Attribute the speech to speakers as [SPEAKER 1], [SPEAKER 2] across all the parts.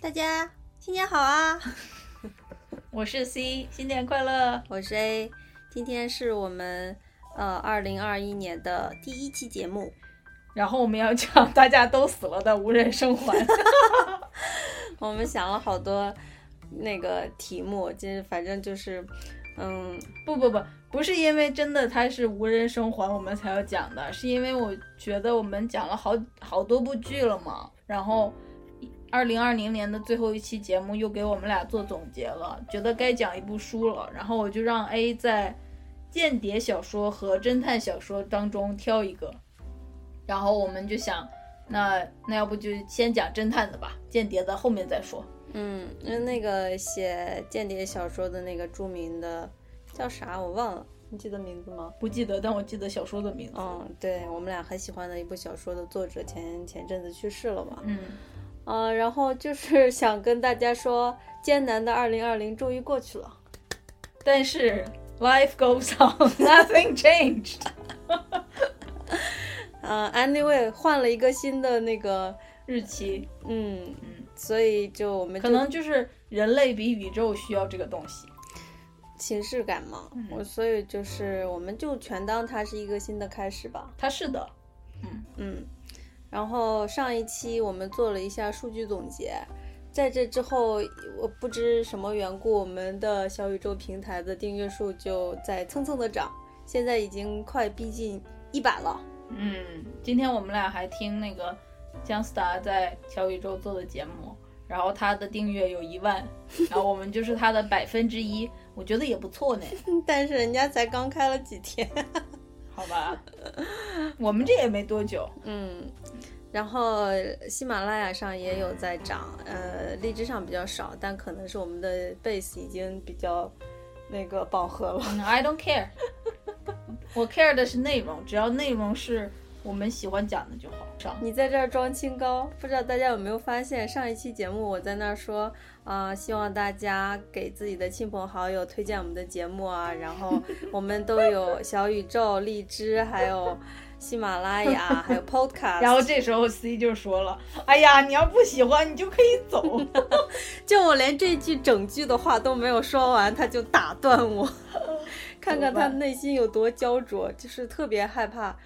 [SPEAKER 1] 大家新年好啊！
[SPEAKER 2] 我是 C，新年快乐！
[SPEAKER 1] 我是 A，今天是我们呃二零二一年的第一期节目。
[SPEAKER 2] 然后我们要讲大家都死了的无人生还。
[SPEAKER 1] 我们想了好多那个题目，就是反正就是，嗯，
[SPEAKER 2] 不不不，不是因为真的它是无人生还我们才要讲的，是因为我觉得我们讲了好好多部剧了嘛。然后，二零二零年的最后一期节目又给我们俩做总结了，觉得该讲一部书了。然后我就让 A 在间谍小说和侦探小说当中挑一个，然后我们就想，那那要不就先讲侦探的吧，间谍的后面再说。
[SPEAKER 1] 嗯，因为那个写间谍小说的那个著名的叫啥我忘了，你记得名字吗？
[SPEAKER 2] 不记得，但我记得小说的名字。
[SPEAKER 1] 嗯，对我们俩很喜欢的一部小说的作者前前阵子去世了嘛。
[SPEAKER 2] 嗯，
[SPEAKER 1] 呃，然后就是想跟大家说，艰难的二零二零终于过去了。
[SPEAKER 2] 但是 life goes on，nothing changed。
[SPEAKER 1] 呃，anyway 换了一个新的那个，
[SPEAKER 2] 日期
[SPEAKER 1] 嗯
[SPEAKER 2] 嗯，
[SPEAKER 1] 所以就我们
[SPEAKER 2] 可
[SPEAKER 1] 就
[SPEAKER 2] 能就是人类比宇宙需要这个东西。
[SPEAKER 1] 形式感嘛，
[SPEAKER 2] 嗯
[SPEAKER 1] 我所以就是我们就全当它是一个新的开始吧，
[SPEAKER 2] 它是的，
[SPEAKER 1] 嗯。然后上一期我们做了一下数据总结，在这之后，我不知什么缘故，我们的小宇宙平台的订阅数就在蹭蹭的涨，现在已经快逼近一百了。
[SPEAKER 2] 嗯，今天我们俩还听那个姜思达在小宇宙做的节目，然后他的订阅有一万，然后我们就是他的百分之一，我觉得也不错呢，
[SPEAKER 1] 但是人家才刚开了几天，
[SPEAKER 2] 好吧？我们这也没多久，
[SPEAKER 1] 嗯，然后喜马拉雅上也有在涨，呃，荔枝上比较少，但可能是我们的 base 已经比较那个饱和了。
[SPEAKER 2] 嗯，I don't care，我 care 的是内容，只要内容是我们喜欢讲的就好。上
[SPEAKER 1] 你在这儿装清高，不知道大家有没有发现，上一期节目我在那儿说，啊、希望大家给自己的亲朋好友推荐我们的节目啊，然 后我们都有小宇宙、荔枝，还有喜马拉雅， 还有 Podcast，
[SPEAKER 2] 然后这时候 C 就说了：“哎呀，你要不喜欢，你就可以走。
[SPEAKER 1] 就我连这句整句的话都没有说完，他就打断 我，看看他内心有多焦灼，就是特别害怕，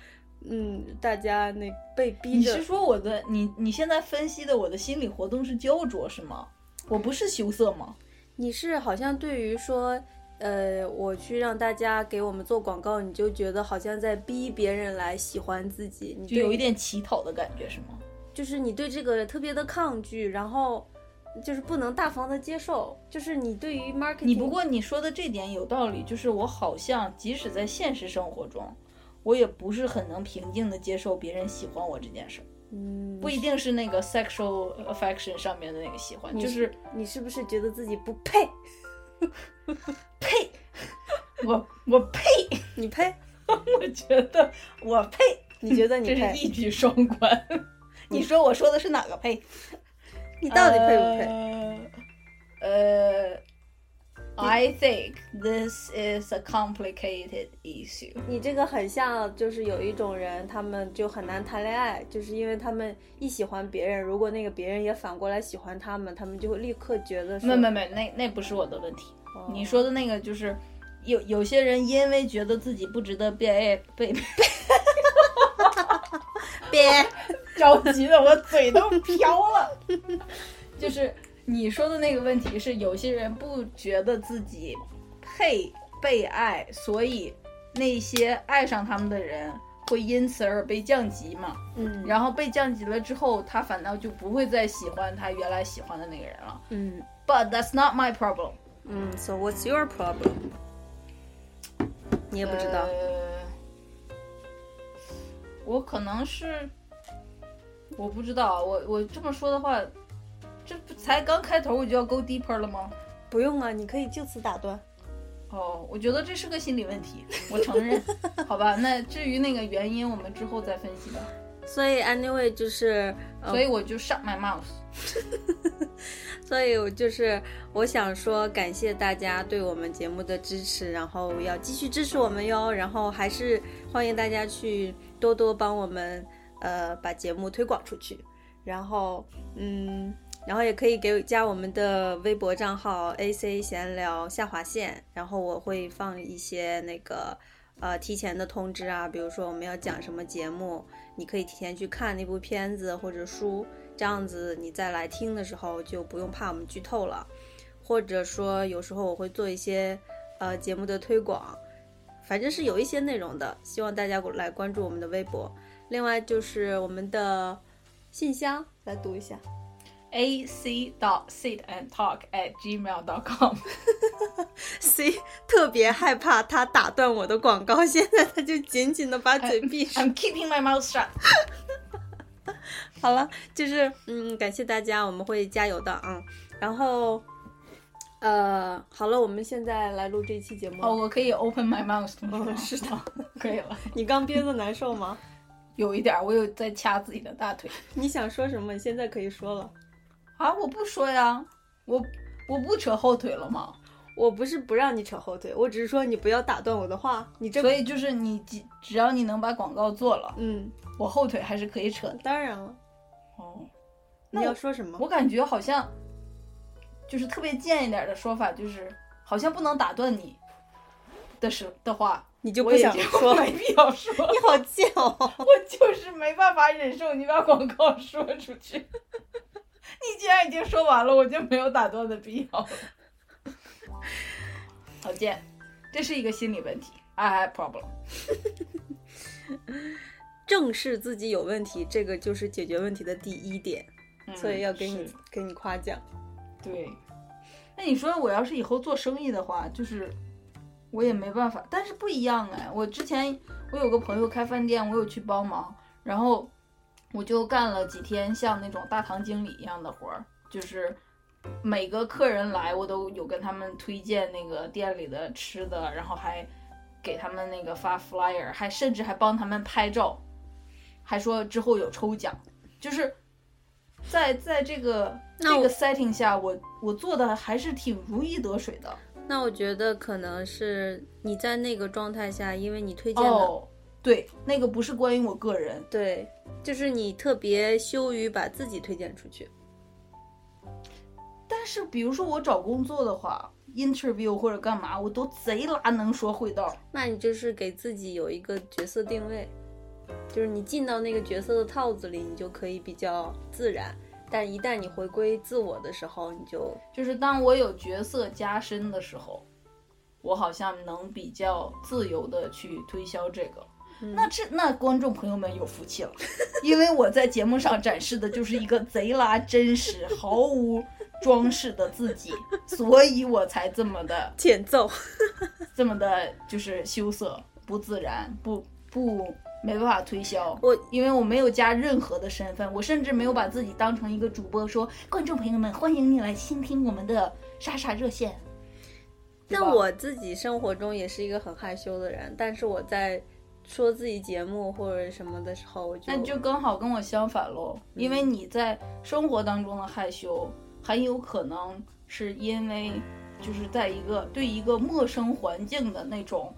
[SPEAKER 1] 嗯，大家那被”逼
[SPEAKER 2] 你
[SPEAKER 1] 着
[SPEAKER 2] 是，说我的你你现在分析的我的心理活动是焦灼是吗？我不是羞涩吗？
[SPEAKER 1] 你是好像对于说，呃，我去让大家给我们做广告，你就觉得好像在逼别人来喜欢自己，你
[SPEAKER 2] 就
[SPEAKER 1] 对
[SPEAKER 2] 有一，点乞讨的感觉是吗？
[SPEAKER 1] 就是你对这个特别的抗拒，然后就是不能大方的接受，就是你对于 marketing，
[SPEAKER 2] 你不过你说的这点有道理，就是我好像即使在现实生活中，我也不是很能平静的接受别人喜欢我这件事儿，
[SPEAKER 1] 嗯，
[SPEAKER 2] 不一定是那个 sexual affection 上面的那个喜欢，
[SPEAKER 1] 你
[SPEAKER 2] 就是
[SPEAKER 1] 你是不是觉得自己不配？
[SPEAKER 2] 呸，我我呸，
[SPEAKER 1] 你配？
[SPEAKER 2] 我觉得我呸，
[SPEAKER 1] 你觉得你
[SPEAKER 2] 这
[SPEAKER 1] 配
[SPEAKER 2] 是？一举双关。 你说我说的是哪个 呸？
[SPEAKER 1] 你到底配不配？
[SPEAKER 2] 配？呃
[SPEAKER 1] 你
[SPEAKER 2] I think this is a complicated issue。
[SPEAKER 1] 你这个很像，就是有一种人，他们就很难谈恋爱，就是因为他们一喜欢别人，如果那个别人也反过来喜欢他们，他们就会立刻觉得
[SPEAKER 2] 没
[SPEAKER 1] 说，
[SPEAKER 2] 没没，那那不是我的问题。
[SPEAKER 1] 哦
[SPEAKER 2] 你说的那个就是有有些人因为觉得自己不值得被爱被
[SPEAKER 1] 别，
[SPEAKER 2] 着急的我嘴都瓢了。就是你说的那个问题是，有些人不觉得自己配被爱，所以那些爱上他们的人会因此而被降级嘛？
[SPEAKER 1] 嗯，
[SPEAKER 2] 然后被降级了之后，他反倒就不会再喜欢他原来喜欢的那个人了。
[SPEAKER 1] 嗯
[SPEAKER 2] But that's not my problem。
[SPEAKER 1] 嗯，So what's your problem？你也不知道，
[SPEAKER 2] 呃我可能是，我不知道，我我这么说的话，这不才刚开头我就要 go deeper 了吗？
[SPEAKER 1] 不用啊，你可以就此打断。
[SPEAKER 2] 哦，我觉得这是个心理 问题，我承认，好吧。那至于那个原因，我们之后再分析吧。
[SPEAKER 1] 所以 anyway 就是，呃
[SPEAKER 2] 所以我就 shut my mouth。
[SPEAKER 1] 所以我就是我想说，感谢大家对我们节目的支持，然后要继续支持我们哟。然后还是欢迎大家去多多帮我们，呃，把节目推广出去。然后，嗯，然后也可以给加我们的微博账号 AC 闲聊下划线，然后我会放一些那个。呃，提前的通知啊，比如说我们要讲什么节目，你可以提前去看那部片子或者书，这样子你再来听的时候就不用怕我们剧透了，或者说有时候我会做一些呃节目的推广，反正是有一些内容的，希望大家来关注我们的微博。另外就是我们的信箱，来读一 下。
[SPEAKER 2] a c dot sit and talk at gmail dot com。
[SPEAKER 1] C 特别害怕他打断我的广告，现在他就紧紧的把嘴闭上。
[SPEAKER 2] I'm keeping my mouth shut。
[SPEAKER 1] 好了，就是嗯，感谢大家，我们会加油的啊。然后，呃，好了，我们现在来录这期节目了。
[SPEAKER 2] 哦，我可以 open my mouth 吗？
[SPEAKER 1] 哦是的，
[SPEAKER 2] 可以了，
[SPEAKER 1] 你刚憋得难受吗？
[SPEAKER 2] 有一点儿，我有在掐自己的大腿。
[SPEAKER 1] 你想说什么？你现在可以说了。
[SPEAKER 2] 啊，我不说呀，我我不扯后腿了吗？
[SPEAKER 1] 我不是不让你扯后腿，我只是说你不要打断我的话。你这
[SPEAKER 2] 所以就是你只只要你能把广告做了，
[SPEAKER 1] 嗯，
[SPEAKER 2] 我后腿还是可以扯的。
[SPEAKER 1] 当然了。
[SPEAKER 2] 哦，那
[SPEAKER 1] 你要
[SPEAKER 2] 我
[SPEAKER 1] 说什么？
[SPEAKER 2] 我感觉好像就是特别贱一点的说法，就是好像不能打断你的时的话，
[SPEAKER 1] 你就
[SPEAKER 2] 我
[SPEAKER 1] 不
[SPEAKER 2] 也
[SPEAKER 1] 想
[SPEAKER 2] 就。
[SPEAKER 1] 说
[SPEAKER 2] 没必要说，
[SPEAKER 1] 你好贱哦！
[SPEAKER 2] 我 就是没办法忍受你把广告说出去。 你既然已经说完了，我就没有打断的必要了。好贱，这是一个心理问题。I have problem。
[SPEAKER 1] 正视自己有问题，这个就是解决问题的第一点，
[SPEAKER 2] 嗯
[SPEAKER 1] 所以要给你
[SPEAKER 2] 是
[SPEAKER 1] 给你夸奖。
[SPEAKER 2] 对。那你说我要是以后做生意的话，就是我也没办法，但是不一样哎。我之前我有个朋友开饭店，我有去帮忙，然后我就干了几天像那种大堂经理一样的活儿，就是每个客人来，我都有跟他们推荐那个店里的吃的，然后还给他们那个发 flyer，还甚至还帮他们拍照，还说之后有抽奖，就是在在这个
[SPEAKER 1] 那
[SPEAKER 2] 这
[SPEAKER 1] 我
[SPEAKER 2] 个 setting 下，我我做的还是挺如鱼得水的。
[SPEAKER 1] 那我觉得可能是你在那个状态下，因为你推荐的、
[SPEAKER 2] 哦，对，那个不是关于我个人，
[SPEAKER 1] 对，就是你特别羞于把自己推荐出去。
[SPEAKER 2] 但是比如说我找工作的话，interview 或者干嘛，我都贼拉能说会道。
[SPEAKER 1] 那你就是给自己有一个角色定位，就是你进到那个角色的套子里，你就可以比较自然。但一旦你回归自我的时候，你 就
[SPEAKER 2] 就是当我有角色加深的时候，我好像能比较自由的去推销这个。那这那观众朋友们有福气了，因为我在节目上展示的就是一个贼拉真实、毫无装饰的自己，所以我才这么的
[SPEAKER 1] 欠揍。
[SPEAKER 2] 这么的，就是羞涩、不自然、不不没办法推销。
[SPEAKER 1] 我
[SPEAKER 2] 因为我没有加任何的身份，我甚至没有把自己当成一个主播说，观众朋友们，欢迎你来倾听我们的莎莎热线。对
[SPEAKER 1] 但
[SPEAKER 2] 吧
[SPEAKER 1] 我自己生活中也是一个很害羞的人，但是我在说自己节目或者什么的时候，我就嗯
[SPEAKER 2] 那就刚好跟我相反喽，因为你在生活当中的害羞，很有可能是因为就是在一个对一个陌生环境的那种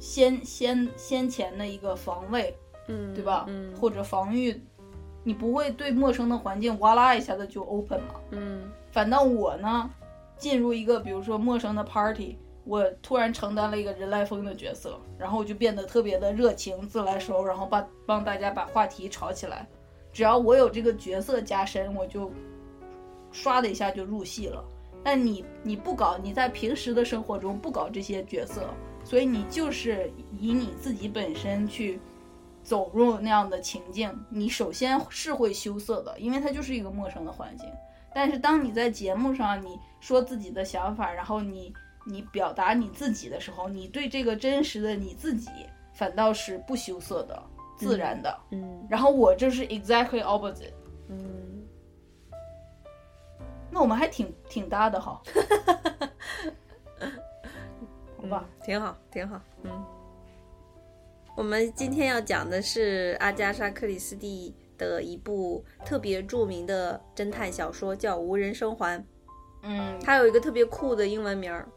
[SPEAKER 2] 先先先前的一个防卫，
[SPEAKER 1] 嗯，
[SPEAKER 2] 对吧？
[SPEAKER 1] 嗯，
[SPEAKER 2] 或者防御，你不会对陌生的环境哇啦一下子就 open 嘛。
[SPEAKER 1] 嗯
[SPEAKER 2] 反倒我呢，进入一个比如说陌生的 party，我突然承担了一个人来疯的角色，然后我就变得特别的热情、自来熟，然后把帮大家把话题炒起来。只要我有这个角色加深，我就唰的一下就入戏了。但你你不搞，你在平时的生活中不搞这些角色，所以你就是以你自己本身去走入那样的情境，你首先是会羞涩的，因为它就是一个陌生的环境。但是当你在节目上你说自己的想法，然后你你表达你自己的时候，你对这个真实的你自己反倒是不羞涩的、自然的。
[SPEAKER 1] 嗯
[SPEAKER 2] 然后我这是 exactly opposite，
[SPEAKER 1] 嗯，
[SPEAKER 2] 那我们还挺挺搭 的哈。好吧，
[SPEAKER 1] 挺好，挺好，嗯。我们今天要讲的是阿加莎·克里斯蒂的一部特别著名的侦探小说，叫《无人生还》，
[SPEAKER 2] 嗯，
[SPEAKER 1] 它有一个特别酷的英文名儿，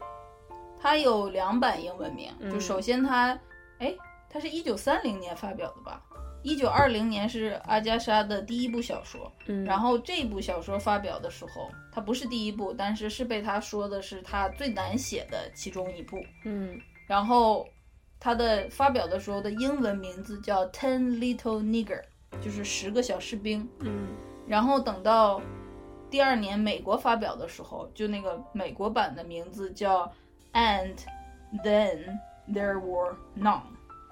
[SPEAKER 2] 它有两版英文名，
[SPEAKER 1] 嗯
[SPEAKER 2] 就首先它，哎，它是一九三零年发表的吧？一九二零年是阿加莎的第一部小说，
[SPEAKER 1] 嗯
[SPEAKER 2] 然后这部小说发表的时候，它不是第一部，但是是被他说的是他最难写的其中一部。
[SPEAKER 1] 嗯
[SPEAKER 2] 然后它的发表的时候的英文名字叫《Ten Little Nigger》，就是十个小士兵。
[SPEAKER 1] 嗯
[SPEAKER 2] 然后等到第二年美国发表的时候，就那个美国版的名字叫《And Then There Were None》。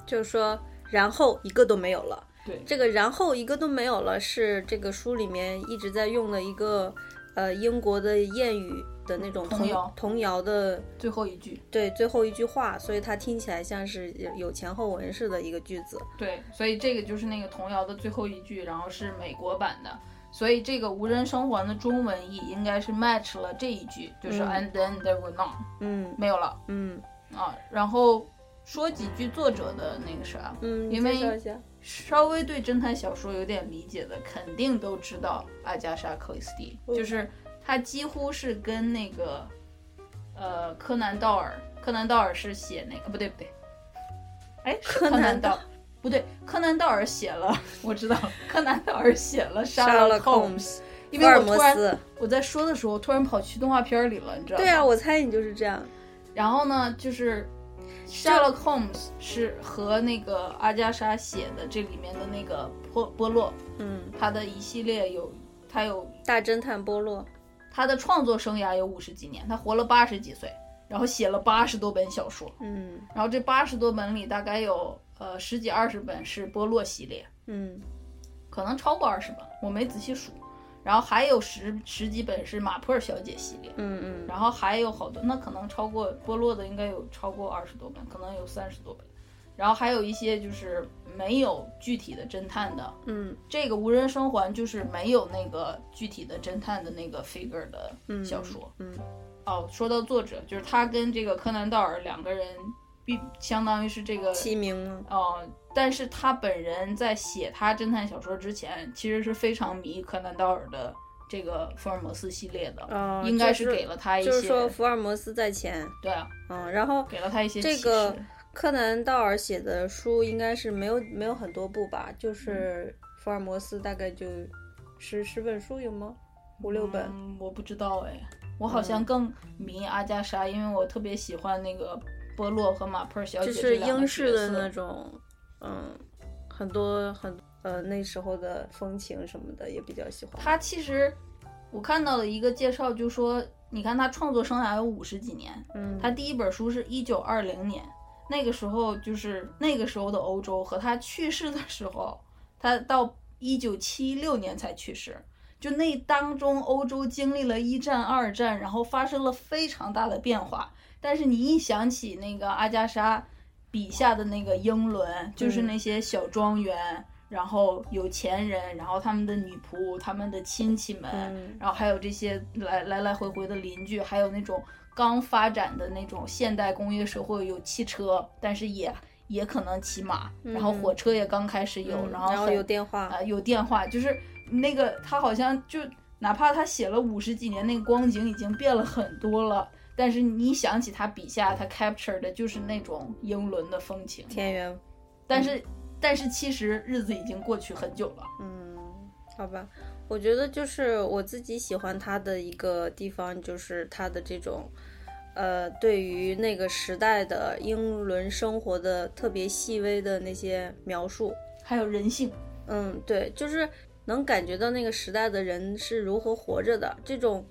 [SPEAKER 1] 就是说，然后一个都没有了。
[SPEAKER 2] 对，
[SPEAKER 1] 这个然后一个都没有了，是这个书里面一直在用的一个呃英国的谚语的那种
[SPEAKER 2] 童
[SPEAKER 1] 童
[SPEAKER 2] 谣
[SPEAKER 1] 童谣的
[SPEAKER 2] 最后一句。
[SPEAKER 1] 对最后一句话，所以它听起来像是有前后文似的一个句子。
[SPEAKER 2] 对，所以这个就是那个童谣的最后一句，然后是美国版的，所以这个无人生还的中文译应该是 match 了这一句，就是
[SPEAKER 1] 嗯
[SPEAKER 2] and then there were none，
[SPEAKER 1] 嗯
[SPEAKER 2] 没有了
[SPEAKER 1] 嗯
[SPEAKER 2] 啊。然后说几句作者的那个啥，
[SPEAKER 1] 嗯，
[SPEAKER 2] 因为
[SPEAKER 1] 你介绍一下
[SPEAKER 2] 稍微对侦探小说有点理解的，肯定都知道阿加莎·克里斯蒂，
[SPEAKER 1] 嗯
[SPEAKER 2] 就是她几乎是跟那个，呃，柯南·道尔，柯南·道尔是写那个，啊不对不对，哎，是柯
[SPEAKER 1] 南
[SPEAKER 2] 道，不对，柯南·道尔写了，我知道，柯南·道尔写了《
[SPEAKER 1] Sherlock
[SPEAKER 2] Holmes》，因
[SPEAKER 1] 福
[SPEAKER 2] 为
[SPEAKER 1] 尔
[SPEAKER 2] 我
[SPEAKER 1] 摩
[SPEAKER 2] 突然
[SPEAKER 1] 斯。
[SPEAKER 2] 我在说的时候，突然跑去动画片里了，你知道吗？
[SPEAKER 1] 对啊，我猜你就是这样。
[SPEAKER 2] 然后呢，就是 Sherlock Holmes 是和那个阿加莎写的这里面的那个波波洛，
[SPEAKER 1] 嗯，
[SPEAKER 2] 他的一系列有他有
[SPEAKER 1] 大侦探波洛。
[SPEAKER 2] 他的创作生涯有五十几年，他活了八十几岁，然后写了八十多本小说，
[SPEAKER 1] 嗯
[SPEAKER 2] 然后这八十多本里大概有呃十几二十本是波洛系列，
[SPEAKER 1] 嗯
[SPEAKER 2] 可能超过二十本，我没仔细数，然后还有十十几本是马普尔小姐系列，
[SPEAKER 1] 嗯嗯
[SPEAKER 2] 然后还有好多，那可能超过波洛的应该有超过二十多本，可能有三十多本。然后还有一些就是没有具体的侦探的，
[SPEAKER 1] 嗯
[SPEAKER 2] 这个无人生还就是没有那个具体的侦探的那个 figure 的
[SPEAKER 1] 嗯，
[SPEAKER 2] 小说。
[SPEAKER 1] 嗯。
[SPEAKER 2] 哦，说到作者，就是他跟这个柯南道尔两个人并相当于是这个
[SPEAKER 1] 齐名吗？
[SPEAKER 2] 呃，但是他本人在写他侦探小说之前，其实是非常迷柯南道尔的这个福尔摩斯系列的，
[SPEAKER 1] 啊
[SPEAKER 2] 应该
[SPEAKER 1] 就是
[SPEAKER 2] 给了他一些，
[SPEAKER 1] 就是说福尔摩斯在前，
[SPEAKER 2] 对啊，
[SPEAKER 1] 嗯，然后
[SPEAKER 2] 给了他一些
[SPEAKER 1] 这
[SPEAKER 2] 启
[SPEAKER 1] 个
[SPEAKER 2] 示
[SPEAKER 1] 柯南道尔写的书应该是没有没有很多部吧，就是福尔摩斯大概就十十本书有吗？五六本。嗯
[SPEAKER 2] 嗯，我不知道哎，我好像更迷阿加莎，因为我特别喜欢那个波洛和马普尔小姐
[SPEAKER 1] 就
[SPEAKER 2] 这
[SPEAKER 1] 是
[SPEAKER 2] 两个
[SPEAKER 1] 英式的
[SPEAKER 2] 角色
[SPEAKER 1] 那种，嗯，很多很呃那时候的风情什么的也比较喜欢。
[SPEAKER 2] 他其实我看到了一个介绍，就说你看他创作生涯有五十几年，
[SPEAKER 1] 嗯，
[SPEAKER 2] 他第一本书是一九二零年，那个时候就是那个时候的欧洲和他去世的时候， 他到一九七六年才去世。就那当中，欧洲经历了一战、二战，然后发生了非常大的变化。但是你一想起那个阿加莎笔下的那个英伦，就是
[SPEAKER 1] 嗯
[SPEAKER 2] 那些小庄园，然后有钱人，然后他们的女仆、他们的亲戚们，
[SPEAKER 1] 嗯
[SPEAKER 2] 然后还有这些来来来回回的邻居，还有那种刚发展的那种现代工业社会，有汽车，但是也也可能骑马，然后
[SPEAKER 1] 嗯
[SPEAKER 2] 火车也刚开始有，
[SPEAKER 1] 嗯
[SPEAKER 2] 然
[SPEAKER 1] 然
[SPEAKER 2] 后很
[SPEAKER 1] 有电话，
[SPEAKER 2] 呃有电话，就是那个他好像就哪怕他写了五十几年，那个光景已经变了很多了，但是你想起他笔下他 capture 的就是那种英伦的风情，
[SPEAKER 1] 田园，
[SPEAKER 2] 但是、但是其实日子已经过去很久了。
[SPEAKER 1] 嗯，好吧。我觉得就是我自己喜欢他的一个地方，就是他的这种，呃，对于那个时代的英伦生活的特别细微的那些描述。
[SPEAKER 2] 还有人性，
[SPEAKER 1] 嗯，对，就是能感觉到那个时代的人是如何活着的，这种，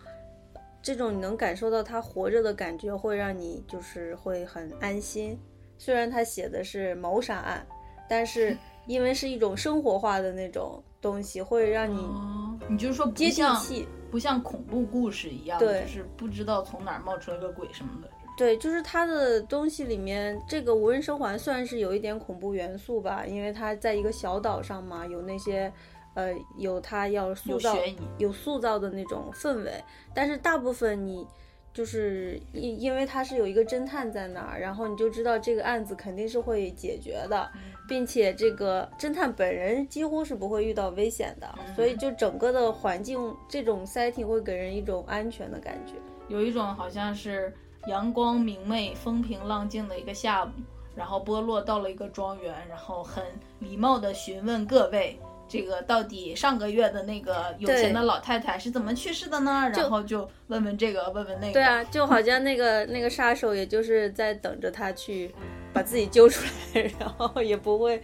[SPEAKER 1] 这种你能感受到他活着的感觉，会让你就是会很安心。虽然他写的是谋杀案，但 是因为是一种生活化的那种东西，会让你
[SPEAKER 2] 哦，你就说不
[SPEAKER 1] 接地
[SPEAKER 2] 像
[SPEAKER 1] 气。
[SPEAKER 2] 不像恐怖故事一样，就
[SPEAKER 1] 对
[SPEAKER 2] 是不知道从哪儿冒出来个鬼什么的。
[SPEAKER 1] 对，就是它的东西里面，这个无人生还算是有一点恐怖元素吧，因为它在一个小岛上嘛，有那些，呃，有它要塑
[SPEAKER 2] 有
[SPEAKER 1] 造
[SPEAKER 2] 悬疑
[SPEAKER 1] 有塑造的那种氛围，但是大部分你就是因因为它是有一个侦探在那儿，然后你就知道这个案子肯定是会解决的，
[SPEAKER 2] 嗯
[SPEAKER 1] 并且这个侦探本人几乎是不会遇到危险的，
[SPEAKER 2] 嗯
[SPEAKER 1] 所以就整个的环境这种 setting 会给人一种安全的感觉。
[SPEAKER 2] 有一种好像是阳光明媚、风平浪静的一个下午，然后波洛到了一个庄园，然后很礼貌地询问各位。这个到底上个月的那个有钱的老太太是怎么去世的呢？
[SPEAKER 1] 就
[SPEAKER 2] 然后就问问这个，问问那个。
[SPEAKER 1] 对啊，就好像那个那个杀手，也就是在等着他去把自己揪出来， 然后也不会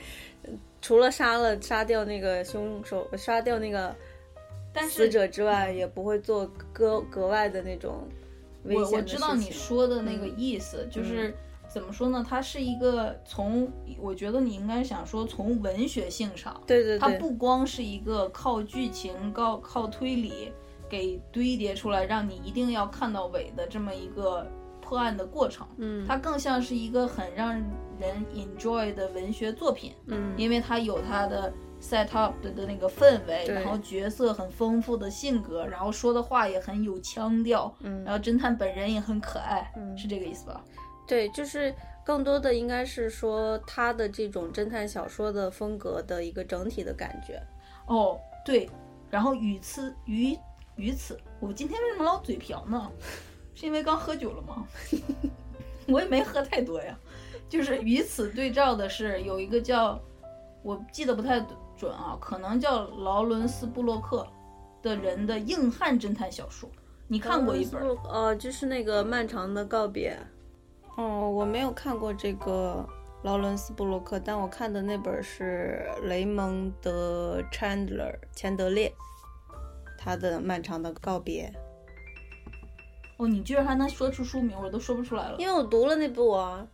[SPEAKER 1] 除了杀了杀掉那个凶手、杀掉那个
[SPEAKER 2] 但
[SPEAKER 1] 死
[SPEAKER 2] 是
[SPEAKER 1] 者之外，也不会做格格外的那种危
[SPEAKER 2] 我
[SPEAKER 1] 险
[SPEAKER 2] 我
[SPEAKER 1] 的事
[SPEAKER 2] 知
[SPEAKER 1] 情。
[SPEAKER 2] 道你说的那个意思，就
[SPEAKER 1] 嗯
[SPEAKER 2] 是怎么说呢？它是一个从，我觉得你应该想说从文学性上，
[SPEAKER 1] 对对
[SPEAKER 2] 它
[SPEAKER 1] 对，
[SPEAKER 2] 不光是一个靠剧情、靠靠推理给堆叠出来，让你一定要看到尾的这么一个破案的过程，
[SPEAKER 1] 嗯，
[SPEAKER 2] 它更像是一个很让人 enjoy 的文学作品，
[SPEAKER 1] 嗯
[SPEAKER 2] 因为它有它的 set up 的的那个氛围，
[SPEAKER 1] 对
[SPEAKER 2] 然后角色很丰富的性格，然后说的话也很有腔调，
[SPEAKER 1] 嗯
[SPEAKER 2] 然后侦探本人也很可爱，
[SPEAKER 1] 嗯
[SPEAKER 2] 是这个意思吧？
[SPEAKER 1] 对，就是更多的应该是说他的这种侦探小说的风格的一个整体的感觉。
[SPEAKER 2] 哦，对，然后与此与与此，我今天为什么老嘴瓢呢？是因为刚喝酒了吗？ 我也没喝太多呀。就是与此对照的是，有一个叫我记得不太准啊，可能叫劳伦斯布洛克的人的硬汉侦探小说，你看过一本儿？
[SPEAKER 1] 呃，就是那个漫长的告别。哦，我没有看过这个劳伦斯布洛克，但我看的那本是雷蒙德·钱德勒钱德烈他的《漫长的告别
[SPEAKER 2] 哦，你居然还能说出书名，我都说不出来》，了。
[SPEAKER 1] 因为我读了那部啊。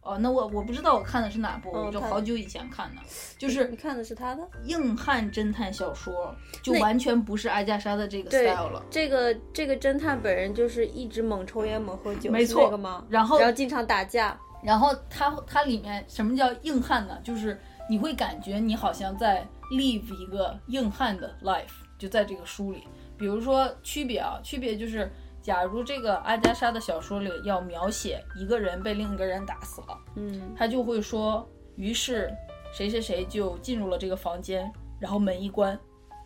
[SPEAKER 2] 哦，那我我不知道我看的是哪部，
[SPEAKER 1] 哦
[SPEAKER 2] 我就
[SPEAKER 1] 看嗯
[SPEAKER 2] 好久以前看的，就是
[SPEAKER 1] 你看的是他的
[SPEAKER 2] 硬汉侦探小说，就
[SPEAKER 1] 那
[SPEAKER 2] 完全不是阿加莎的这个
[SPEAKER 1] 对
[SPEAKER 2] style 了。
[SPEAKER 1] 这个这个侦探本人就是一直猛抽烟猛喝酒，
[SPEAKER 2] 没
[SPEAKER 1] 是
[SPEAKER 2] 错
[SPEAKER 1] 那个吗？
[SPEAKER 2] 然后
[SPEAKER 1] 然后经常打架，
[SPEAKER 2] 然后它它里面什么叫硬汉呢？就是你会感觉你好像在 live 一个硬汉的 life，就在这个书里。比如说区别啊，区别就是，假如这个阿加莎的小说里要描写一个人被另一个人打死了，
[SPEAKER 1] 嗯
[SPEAKER 2] 他就会说，于是谁谁谁就进入了这个房间，然后门一关，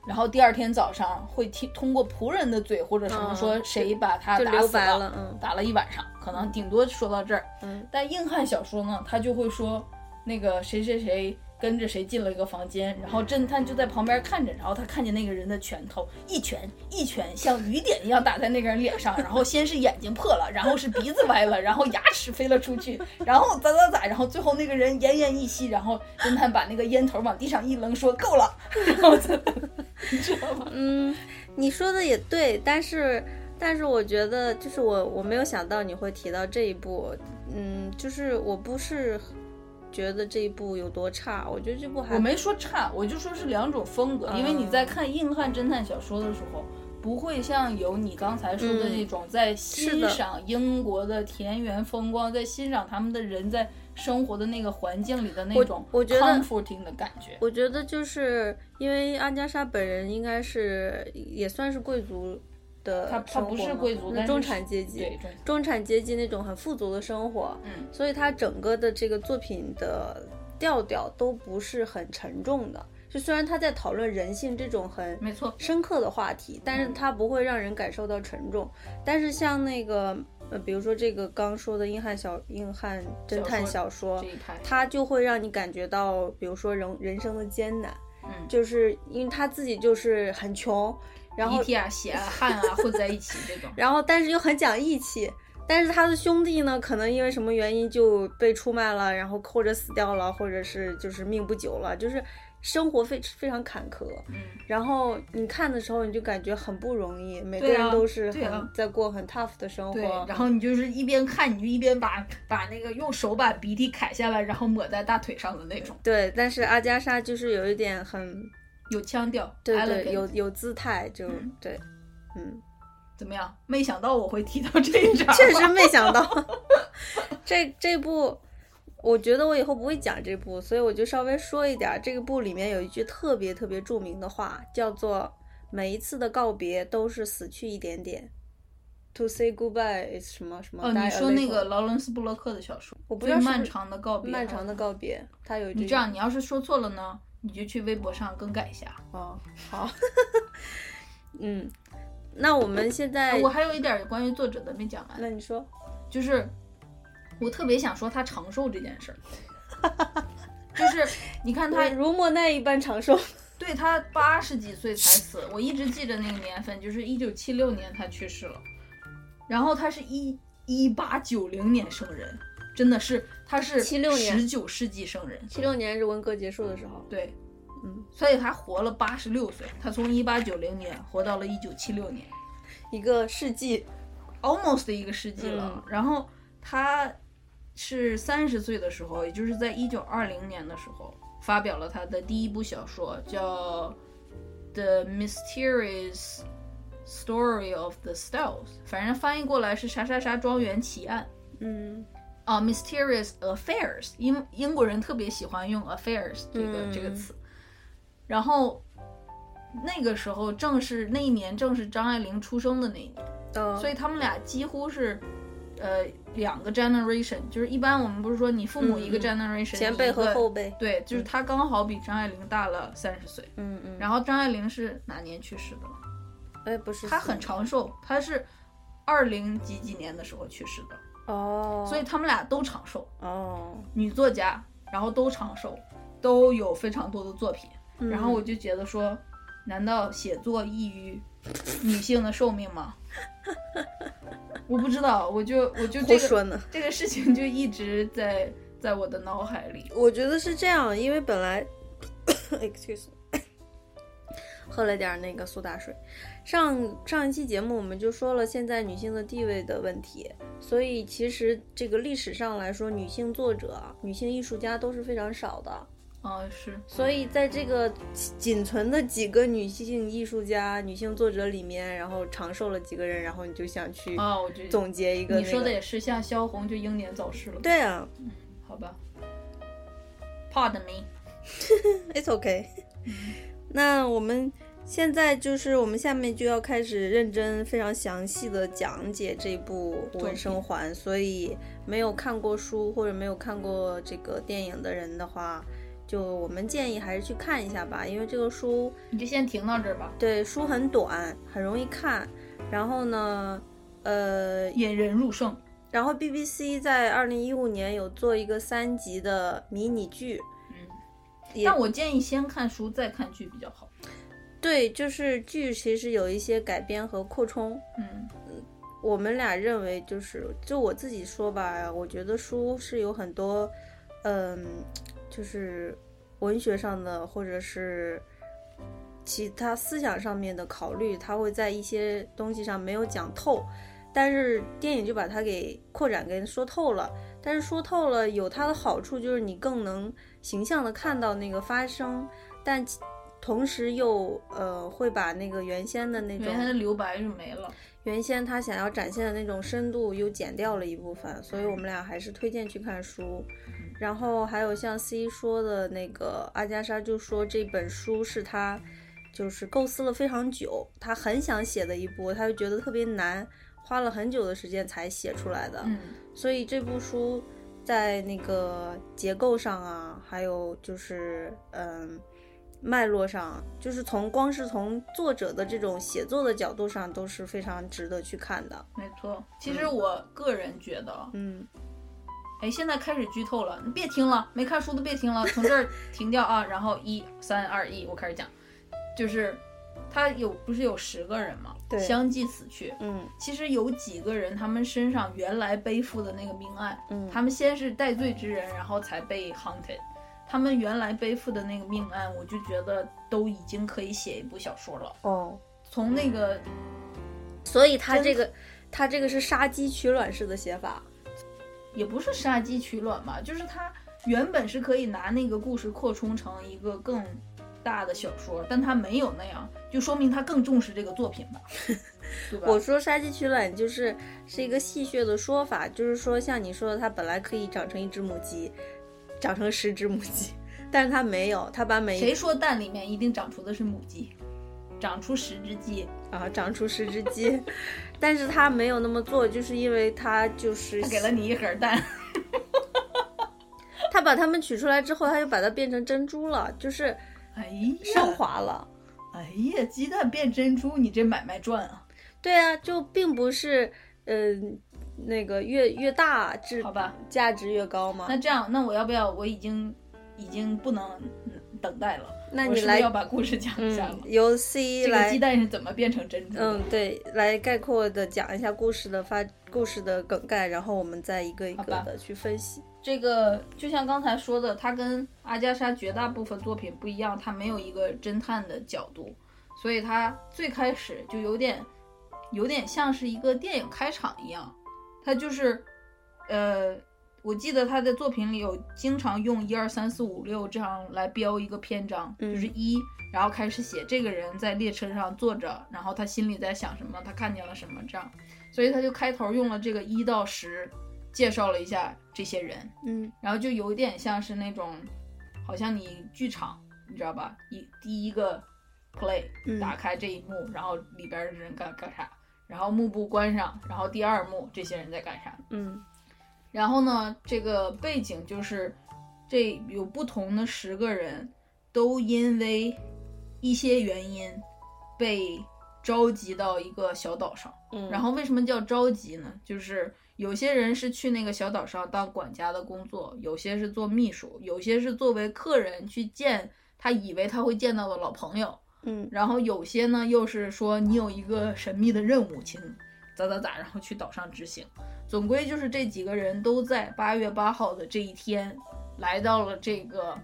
[SPEAKER 2] 然后第二天早上会听通过仆人的嘴或者什么
[SPEAKER 1] 嗯
[SPEAKER 2] 说谁把他
[SPEAKER 1] 就
[SPEAKER 2] 打
[SPEAKER 1] 留
[SPEAKER 2] 死
[SPEAKER 1] 白
[SPEAKER 2] 了
[SPEAKER 1] 了，嗯
[SPEAKER 2] 打了一晚上，可能顶多说到这儿。
[SPEAKER 1] 嗯
[SPEAKER 2] 但硬汉小说呢，他就会说那个谁谁谁跟着谁进了一个房间，然后侦探就在旁边看着，然后他看见那个人的拳头一拳一拳像雨点一样打在那个人脸上，然后先是眼睛破了，然后是鼻子歪了，然后牙齿飞了出去，然后咋咋咋，然后最后那个人奄奄一息，然后侦探把那个烟头往地上一扔，说够了，然后就你知道吗？
[SPEAKER 1] 嗯，你说的也对，但是但是我觉得就是我我没有想到你会提到这一部，嗯，就是我不是觉得这一部有多差，我觉得这部还
[SPEAKER 2] 我没说差，我就说是两种风格，
[SPEAKER 1] 嗯
[SPEAKER 2] 因为你在看硬汉侦探小说的时候，不会像有你刚才说的那种在
[SPEAKER 1] 是
[SPEAKER 2] 欣
[SPEAKER 1] 的
[SPEAKER 2] 赏英国的田园风光，在欣赏他们的人在生活的那个环境里的那种
[SPEAKER 1] 我觉得
[SPEAKER 2] comforting 的感觉。
[SPEAKER 1] 我觉得就是因为安加莎本人应该是也算是贵族的
[SPEAKER 2] 她
[SPEAKER 1] 生活嘛，
[SPEAKER 2] 她不是贵族
[SPEAKER 1] 那
[SPEAKER 2] 但是
[SPEAKER 1] 中产阶级，
[SPEAKER 2] 对，中
[SPEAKER 1] 中产阶级那种很富足的生活，
[SPEAKER 2] 嗯
[SPEAKER 1] 所以他整个的这个作品的调调都不是很沉重的。就虽然他在讨论人性这种很
[SPEAKER 2] 没错，
[SPEAKER 1] 深刻的话题，但是它不会让人感受到沉重。但是像那个呃，比如说这个刚说的硬汉小硬汉侦探小说，
[SPEAKER 2] 这一派，
[SPEAKER 1] 它就会让你感觉到，比如说人人生的艰难，
[SPEAKER 2] 嗯，
[SPEAKER 1] 就是因为他自己就是很穷，然后
[SPEAKER 2] ET 啊、血啊、汗啊混在一起这 种，
[SPEAKER 1] 然后但是又很讲义气，但是他的兄弟呢，可能因为什么原因就被出卖了，然后或者死掉了，或者是就是命不久了，就是生活非非常坎坷。
[SPEAKER 2] 嗯，
[SPEAKER 1] 然后你看的时候，你就感觉很不容易，每个
[SPEAKER 2] 对啊
[SPEAKER 1] 人都是
[SPEAKER 2] 对
[SPEAKER 1] 很、
[SPEAKER 2] 啊
[SPEAKER 1] 在过很 tough 的生
[SPEAKER 2] 对。
[SPEAKER 1] 活
[SPEAKER 2] 然。后你就是一边看，你就一边把把那个用手把鼻涕揩下来，然后抹在大腿上的那种，
[SPEAKER 1] 对，但是阿加莎就是有一点很，
[SPEAKER 2] 有腔调，
[SPEAKER 1] 对
[SPEAKER 2] elegant
[SPEAKER 1] 对，有有姿态，就、
[SPEAKER 2] 嗯
[SPEAKER 1] 对，嗯，
[SPEAKER 2] 怎么样？没想到我会提到这 一 章，
[SPEAKER 1] 确实没想到，这这部，我觉得我以后不会讲这部，所以我就稍微说一点儿。这个部里面有一句特别特别著名的话，叫做“每一次的告别都是死去一点点”。To say goodbye is 什么什么？
[SPEAKER 2] 哦，你说那个劳伦斯布洛克的小说，
[SPEAKER 1] 我不知
[SPEAKER 2] 最
[SPEAKER 1] 道是不是
[SPEAKER 2] 漫长的告别，啊
[SPEAKER 1] 漫长的。告别，它有一句
[SPEAKER 2] 你这样，你要是说错了呢，你就去微博上更改一下。
[SPEAKER 1] 哦，好，嗯，那我们现在，
[SPEAKER 2] 我还有一点儿关于作者的没讲完，
[SPEAKER 1] 哎那你说，
[SPEAKER 2] 就是我特别想说他长寿这件事儿， 就是你看 他
[SPEAKER 1] 他如莫奈一般长寿，
[SPEAKER 2] 对他八十几岁才死，我一直记着那个年份，就是一九七六年他去世了。然后他是一一八九零年生人，真的是他是
[SPEAKER 1] 76年
[SPEAKER 2] 十九世纪生人，
[SPEAKER 1] 七六年是文革结束的时候，
[SPEAKER 2] 对，
[SPEAKER 1] 嗯，
[SPEAKER 2] 所以他活了八十六岁，他从一八九零年活到了一九七六年
[SPEAKER 1] 一个世纪，
[SPEAKER 2] ，almost 一个世纪了。
[SPEAKER 1] 嗯
[SPEAKER 2] 然后他是三十岁的时候，也就是在一九二零年的时候，发表了他的第一部小说，叫《The Mysterious Story of the Styles》，反正翻译过来是啥啥啥庄园奇案。
[SPEAKER 1] 嗯
[SPEAKER 2] 啊、m y s t e r i o u s affairs，英英国人特别喜欢用 affairs 这个、这个
[SPEAKER 1] 嗯
[SPEAKER 2] 词。然后那个时候正是那一年，正是张爱玲出生的那一年，
[SPEAKER 1] 嗯，
[SPEAKER 2] 所以他们俩几乎是，呃，两个 generation。就是一般我们不是说你父母一个
[SPEAKER 1] 嗯
[SPEAKER 2] generation，、
[SPEAKER 1] 前辈和后，辈，
[SPEAKER 2] 对，就是他刚好比张爱玲大了三十岁。
[SPEAKER 1] 嗯嗯，
[SPEAKER 2] 然后张爱玲是哪年去世的？
[SPEAKER 1] 哎不是
[SPEAKER 2] 她很长寿，她是二零几几年的时候去世的，
[SPEAKER 1] 哦，
[SPEAKER 2] 所以他们俩都长寿。
[SPEAKER 1] 哦，
[SPEAKER 2] 女作家，然后都长寿，都有非常多的作品。
[SPEAKER 1] 嗯
[SPEAKER 2] 然后我就觉得说，难道写作异于女性的寿命吗？ 我不知道，我就我就
[SPEAKER 1] 胡
[SPEAKER 2] 这
[SPEAKER 1] 说
[SPEAKER 2] 个
[SPEAKER 1] 呢。
[SPEAKER 2] 这个事情就一直在在我的脑海里。
[SPEAKER 1] 我觉得是这样，因为本来 ，excuse me，喝了点儿那个苏打水。上上一期节目我们就说了现在女性的地位的问题，所以其实这个历史上来说，女性作者啊、女性艺术家都是非常少的。
[SPEAKER 2] 啊，是
[SPEAKER 1] 所以在这个仅存的几个女性艺术家、女性作者里面，然后长寿了几个人，然后你就想去
[SPEAKER 2] 啊，我觉得
[SPEAKER 1] 总结一个、那
[SPEAKER 2] 你
[SPEAKER 1] 个
[SPEAKER 2] 说的也是，像萧红就英年早逝了。，
[SPEAKER 1] 对啊
[SPEAKER 2] 好吧。Pardon me，
[SPEAKER 1] ，it's okay。那
[SPEAKER 2] 嗯
[SPEAKER 1] 我们现在就是我们下面就要开始认真、非常详细的讲解这部《文生环》，所以没有看过书或者没有看过这个电影的人的话，就我们建议还是去看一下吧，因为这个书
[SPEAKER 2] 你就先停到这儿吧，
[SPEAKER 1] 对书很短，很容易看。然后呢，呃，
[SPEAKER 2] 引人入胜。
[SPEAKER 1] 然后 BBC 在二零一五年有做一个三集的迷你剧，
[SPEAKER 2] 嗯，
[SPEAKER 1] 也
[SPEAKER 2] 但我建议先看书再看剧比较好。
[SPEAKER 1] 对，就是剧其实有一些改编和扩充。
[SPEAKER 2] 嗯，
[SPEAKER 1] 我们俩认为就是，就我自己说吧，我觉得书是有很多，嗯，就是文学上的或者是其他思想上面的考虑，它会在一些东西上没有讲透，但是电影就把它给扩展给说透了。但是说透了有它的好处，就是你更能形象的看到那个发生，但其同时又呃会把那个原先的那种
[SPEAKER 2] 原来的留白就没了。
[SPEAKER 1] 原先他想要展现的那种深度又减掉了一部分，所以我们俩还是推荐去看书。然后还有像 C 说的那个阿加莎就说这本书是他就是构思了非常久，他很想写的一部，他就觉得特别难，花了很久的时间才写出来的。
[SPEAKER 2] 嗯，
[SPEAKER 1] 所以这部书在那个结构上啊，还有就是嗯脉络上，就是从光是从作者的这种写作的角度上，都是非常值得去看的。
[SPEAKER 2] 没错。其实我个人觉得，
[SPEAKER 1] 嗯，
[SPEAKER 2] 哎，现在开始剧透了，你别听了，没看书的别听了，从这儿 停掉啊。然后一三二一，我开始讲，就是他有不是有十个人嘛，
[SPEAKER 1] 对
[SPEAKER 2] 相继死去。
[SPEAKER 1] 嗯
[SPEAKER 2] 其实有几个人，他们身上原来背负的那个命案，
[SPEAKER 1] 嗯，
[SPEAKER 2] 他们先是戴罪之人，然后才被 hunted。他们原来背负的那个命案，我就觉得都已经可以写一部小说了。
[SPEAKER 1] 哦，
[SPEAKER 2] 从那个
[SPEAKER 1] 所以他
[SPEAKER 2] 真
[SPEAKER 1] 这个他这个是杀鸡取卵式的写法。
[SPEAKER 2] 也不是杀鸡取卵吧，就是他原本是可以拿那个故事扩充成一个更大的小说，但他没有那样，就说明他更重视这个作品吧， 对吧？
[SPEAKER 1] 我说杀鸡取卵就是是一个戏谑的说法，就是说像你说的，它本来可以长成一只母鸡，长成十只母鸡， 但是它没有，它把每一
[SPEAKER 2] 谁说蛋里面一定长出的是母鸡，长出十只鸡？
[SPEAKER 1] 啊长出十只鸡， 但是它没有那么做，就是因为它就是
[SPEAKER 2] 他给了你一盒 蛋，
[SPEAKER 1] 它把它们取出来之后，它就把它变成珍珠了，就是
[SPEAKER 2] 哎呀，
[SPEAKER 1] 升华了。
[SPEAKER 2] 哎呀，鸡蛋变珍珠，你这买卖赚啊！
[SPEAKER 1] 对啊，就并不是嗯、那个越越大质
[SPEAKER 2] 好吧，
[SPEAKER 1] 价值越高嘛。
[SPEAKER 2] 那这样，那我要不要？我已经已经不能嗯等待了，
[SPEAKER 1] 那
[SPEAKER 2] 我
[SPEAKER 1] 你
[SPEAKER 2] 是不是
[SPEAKER 1] 来
[SPEAKER 2] 要把故事讲一下了
[SPEAKER 1] 嗯？由 C
[SPEAKER 2] 这个
[SPEAKER 1] 来
[SPEAKER 2] 鸡蛋是怎么变成珍珠的？
[SPEAKER 1] 嗯，对，来概括的讲一下故事的发故事的梗概，然后我们再一个一
[SPEAKER 2] 好
[SPEAKER 1] 个
[SPEAKER 2] 吧
[SPEAKER 1] 的去分析。
[SPEAKER 2] 这个就像刚才说的，它跟阿加莎绝大部分作品不一样，它没有一个侦探的角度，所以它最开始就有点，有点像是一个电影开场一样，它就是，呃，我记得他的作品里有经常用一二三四五六这样来标一个篇章，
[SPEAKER 1] 嗯
[SPEAKER 2] 就是一，然后开始写这个人在列车上坐着，然后他心里在想什么，他看见了什么这样，所以他就开头用了这个一到十，介绍了一下这些人，
[SPEAKER 1] 嗯
[SPEAKER 2] 然后就有点像是那种，好像你剧场，你知道吧？一第一个 play
[SPEAKER 1] 嗯
[SPEAKER 2] 打开这一幕，然后里边的人干干啥，然后幕布关上，然后第二幕这些人在干啥。
[SPEAKER 1] 嗯
[SPEAKER 2] 然后呢，这个背景就是这有不同的十个人都因为一些原因被召集到一个小岛上。
[SPEAKER 1] 嗯
[SPEAKER 2] 然后为什么叫召集呢？就是有些人是去那个小岛上当管家的工作，有些是做秘书，有些是作为客人去见他以为他会见到的老朋友，
[SPEAKER 1] 嗯
[SPEAKER 2] 然后有些呢又是说你有一个神秘的任务，请咋咋咋，然后去岛上执行。总归就是这几个人都在八月八号的这一天来到了这个。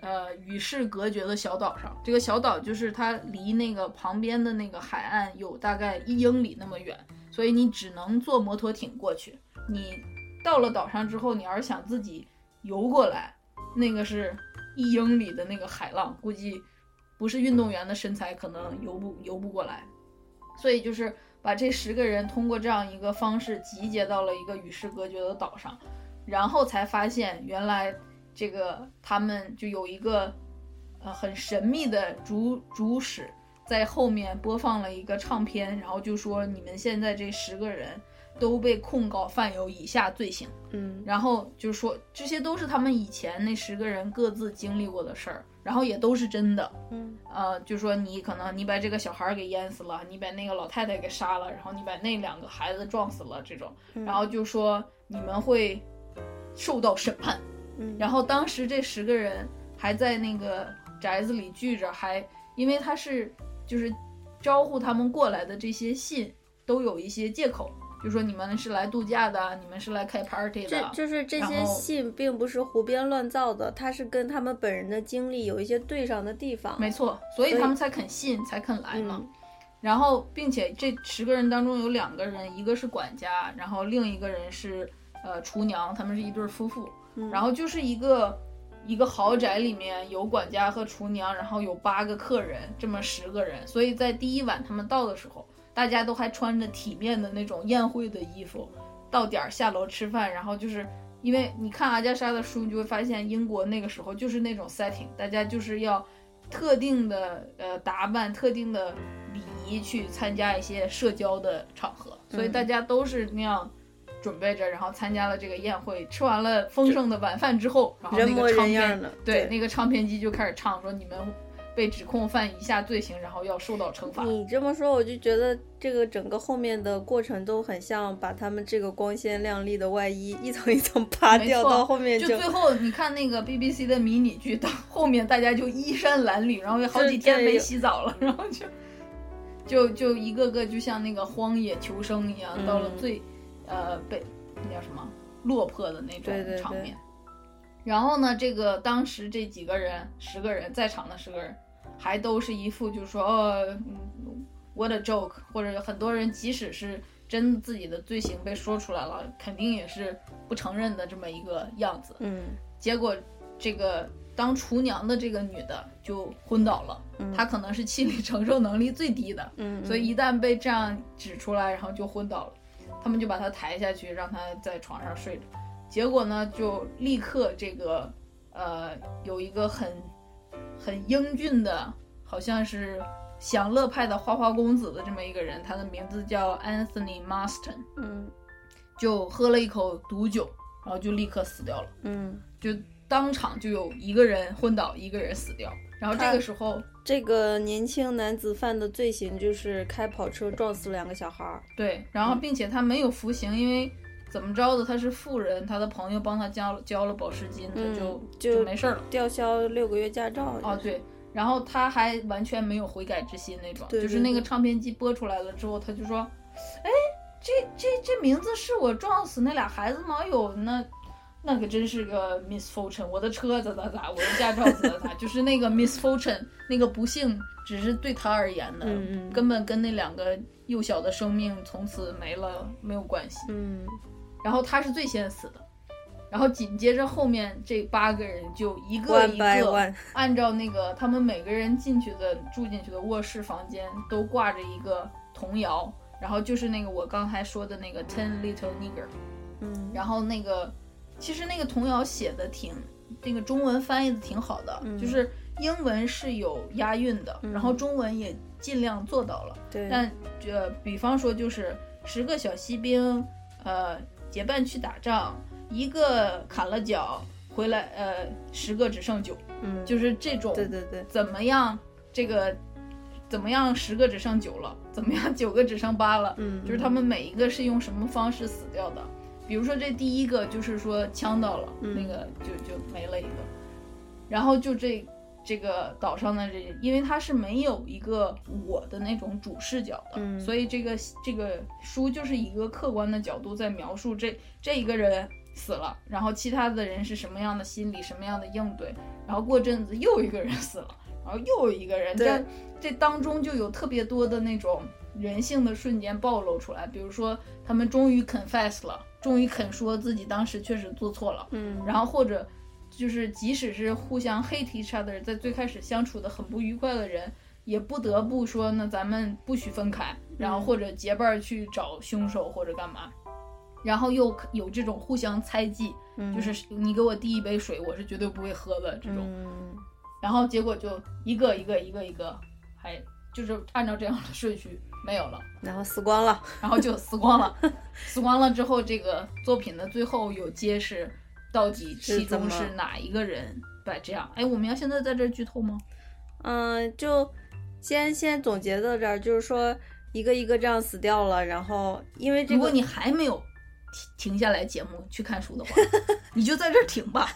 [SPEAKER 2] 呃，与世隔绝的小岛上，这个小岛就是它离那个旁边的那个海岸有大概一英里那么远，所以你只能坐摩托艇过去。你到了岛上之后，你要是想自己游过来，那个是一英里的那个海浪，估计不是运动员的身材可能游不游不过来。所以就是把这十个人通过这样一个方式集结到了一个与世隔绝的岛上，然后才发现原来这个他们就有一个呃很神秘的主主使，在后面播放了一个唱片，然后就说你们现在这十个人都被控告犯有以下罪行，
[SPEAKER 1] 嗯
[SPEAKER 2] 然后就说这些都是他们以前那十个人各自经历过的事儿，然后也都是真的。
[SPEAKER 1] 嗯
[SPEAKER 2] 呃，就说你可能你把这个小孩儿给淹死了，你把那个老太太给杀了，然后你把那两个孩子撞死了这种，
[SPEAKER 1] 嗯
[SPEAKER 2] 然后就说你们会受到审判。
[SPEAKER 1] 嗯
[SPEAKER 2] 然后当时这十个人还在那个宅子里聚着，还因为他是就是招呼他们过来的这些信都有一些借口，就说你们是来度假的，你们是来开 party
[SPEAKER 1] 这
[SPEAKER 2] 的，
[SPEAKER 1] 就是这些
[SPEAKER 2] 然后
[SPEAKER 1] 信并不是胡编乱造的，它是跟他们本人的经历有一些对上的地方。
[SPEAKER 2] 没错，所以
[SPEAKER 1] 所以
[SPEAKER 2] 他们才肯信，才肯来嘛。
[SPEAKER 1] 嗯
[SPEAKER 2] 然后，并且这十个人当中有两个人，一个是管家，然后另一个人是呃厨娘，他们是一对夫妇。
[SPEAKER 1] 嗯
[SPEAKER 2] 然后就是一个一个豪宅里面有管家和厨娘，然后有八个客人，这么十个人。所以在第一晚他们到的时候，大家都还穿着体面的那种宴会的衣服，到点儿下楼吃饭，然后就是。因为你看阿加莎的书，你就会发现英国那个时候就是那种 setting，大家就是要特定的呃打扮、特定的礼仪去参加一些社交的场合，所以
[SPEAKER 1] 嗯
[SPEAKER 2] 大家都是那样准备着，然后参加了这个宴会，吃完了丰盛的晚饭之后，然后
[SPEAKER 1] 人
[SPEAKER 2] 那
[SPEAKER 1] 模
[SPEAKER 2] 个唱
[SPEAKER 1] 人样
[SPEAKER 2] 片
[SPEAKER 1] 的，
[SPEAKER 2] 对那个唱片机就开始唱说你们被指控犯以下罪行，然后要受到惩罚。
[SPEAKER 1] 你这么说，我就觉得这个整个后面的过程都很像把他们这个光鲜亮丽的外衣一层一 层扒
[SPEAKER 2] 没
[SPEAKER 1] 掉，
[SPEAKER 2] 错
[SPEAKER 1] 到后面
[SPEAKER 2] 就最后你看那个 BBC 的迷你剧，到后面大家就衣衫褴褛，然后有好几天没洗澡了，然后就就就一个个就像那个荒野求生一样，
[SPEAKER 1] 嗯
[SPEAKER 2] 到了最呃被那叫什么落魄的那
[SPEAKER 1] 对
[SPEAKER 2] 种
[SPEAKER 1] 对
[SPEAKER 2] 场
[SPEAKER 1] 对
[SPEAKER 2] 面。然后呢，这个当时这几个人，十个人在场的十个人，还都是一副就是说，哦，嗯 what a joke，或者有很多人即使是真自己的罪行被说出来了，肯定也是不承认的这么一个样子。
[SPEAKER 1] 嗯
[SPEAKER 2] 结果这个当厨娘的这个女的就昏倒了，
[SPEAKER 1] 嗯
[SPEAKER 2] 她可能是心理承受能力最低的，
[SPEAKER 1] 嗯，
[SPEAKER 2] 所以一旦被这样指出来，然后就昏倒了，他们就把她抬下去，让她在床上睡着。结果呢，就立刻这个呃有一个很很英俊的，好像是享乐派的花花公子的这么一个人，他的名字叫 Anthony Marston，
[SPEAKER 1] 嗯
[SPEAKER 2] 就喝了一口毒酒，然后就立刻死掉了。
[SPEAKER 1] 嗯，
[SPEAKER 2] 就当场就有一个人昏倒，一个人死掉。然后这个时候，
[SPEAKER 1] 这个年轻男子犯的罪行就是开跑车撞死两个小孩儿。
[SPEAKER 2] 对，然
[SPEAKER 1] 嗯
[SPEAKER 2] 后并且他没有服刑，因为怎么着的，他是富人，他的朋友帮他交交了保释金，他
[SPEAKER 1] 嗯
[SPEAKER 2] 就、
[SPEAKER 1] 就
[SPEAKER 2] 没事儿了。
[SPEAKER 1] 吊销六个月驾照。
[SPEAKER 2] 哦，，对，然后他还完全没有悔改之心那种，
[SPEAKER 1] 对
[SPEAKER 2] 就是
[SPEAKER 1] 对
[SPEAKER 2] 那个
[SPEAKER 1] 对
[SPEAKER 2] 唱片机播出来了之后，他就说，哎，这这这名字是我撞死那俩孩子吗？哎呦，那。那可真是个 misfortune，我的车咋咋咋，我的驾照咋咋咋，就是那个 misfortune，那个不幸只是对他而言的，
[SPEAKER 1] 嗯嗯
[SPEAKER 2] 根本跟那两个幼小的生命从此没了没有关系。
[SPEAKER 1] 嗯
[SPEAKER 2] 然后他是最先死的，然后紧接着后面这八个人就一个
[SPEAKER 1] ，one
[SPEAKER 2] 一
[SPEAKER 1] by
[SPEAKER 2] 个
[SPEAKER 1] one，
[SPEAKER 2] 按照那个他们每个人进去的住进去的卧室房间都挂着一个童谣，然后就是那个我刚才说的那个 Ten Little Nigger，
[SPEAKER 1] 嗯
[SPEAKER 2] 然后那个其实那个童谣写的挺那个中文翻译的挺好的，
[SPEAKER 1] 嗯
[SPEAKER 2] 就是英文是有押韵的，
[SPEAKER 1] 嗯
[SPEAKER 2] 然后中文也尽量做到了。
[SPEAKER 1] 对，
[SPEAKER 2] 但呃，比方说就是十个小锡兵，呃，结伴去打仗，一个砍了脚回来，呃，十个只剩九，
[SPEAKER 1] 嗯，
[SPEAKER 2] 就是这种
[SPEAKER 1] 对对对，
[SPEAKER 2] 怎么样这个怎么样十个只剩九了，怎么样 九个只剩八了，
[SPEAKER 1] 嗯，
[SPEAKER 2] 就是他们每一个是用什么方式死掉的。比如说这第一个就是说呛到了，
[SPEAKER 1] 嗯
[SPEAKER 2] 那个就就没了一个，然后就这这个岛上的这，因为它是没有一个我的那种主视角的，
[SPEAKER 1] 嗯
[SPEAKER 2] 所以这个这个书就是一个客观的角度在描述这这一个人死了，然后其他的人是什么样的心理，什么样的应对，然后过阵子又一个人死了，然后又有一个人，
[SPEAKER 1] 对
[SPEAKER 2] 这这当中就有特别多的那种人性的瞬间暴露出来，比如说他们终于 confess 了，终于肯说自己当时确实做错了，
[SPEAKER 1] 嗯，
[SPEAKER 2] 然后或者就是即使是互相 hate each other，在最开始相处的很不愉快的人，也不得不说那咱们不许分开，然
[SPEAKER 1] 嗯
[SPEAKER 2] 后或者结伴儿去找凶手或者干嘛，然后又有这种互相猜忌，
[SPEAKER 1] 嗯
[SPEAKER 2] 就是你给我递一杯水，我是绝对不会喝的这种，
[SPEAKER 1] 嗯
[SPEAKER 2] 然后结果就一个一个一个一个，还就是按照这样的顺序没有了。
[SPEAKER 1] 然后死光了。
[SPEAKER 2] 然后就死光了。死光了之后，这个作品的最后有揭示，到底其中是哪一个人把这样？哎，我们要现在在这儿剧透吗？
[SPEAKER 1] 嗯，就先先总结到这儿，就是说一个一个这样死掉了，然后因为这
[SPEAKER 2] 如果
[SPEAKER 1] 个
[SPEAKER 2] 你还没有停停下来节目去看 书的话，你就在这儿停吧。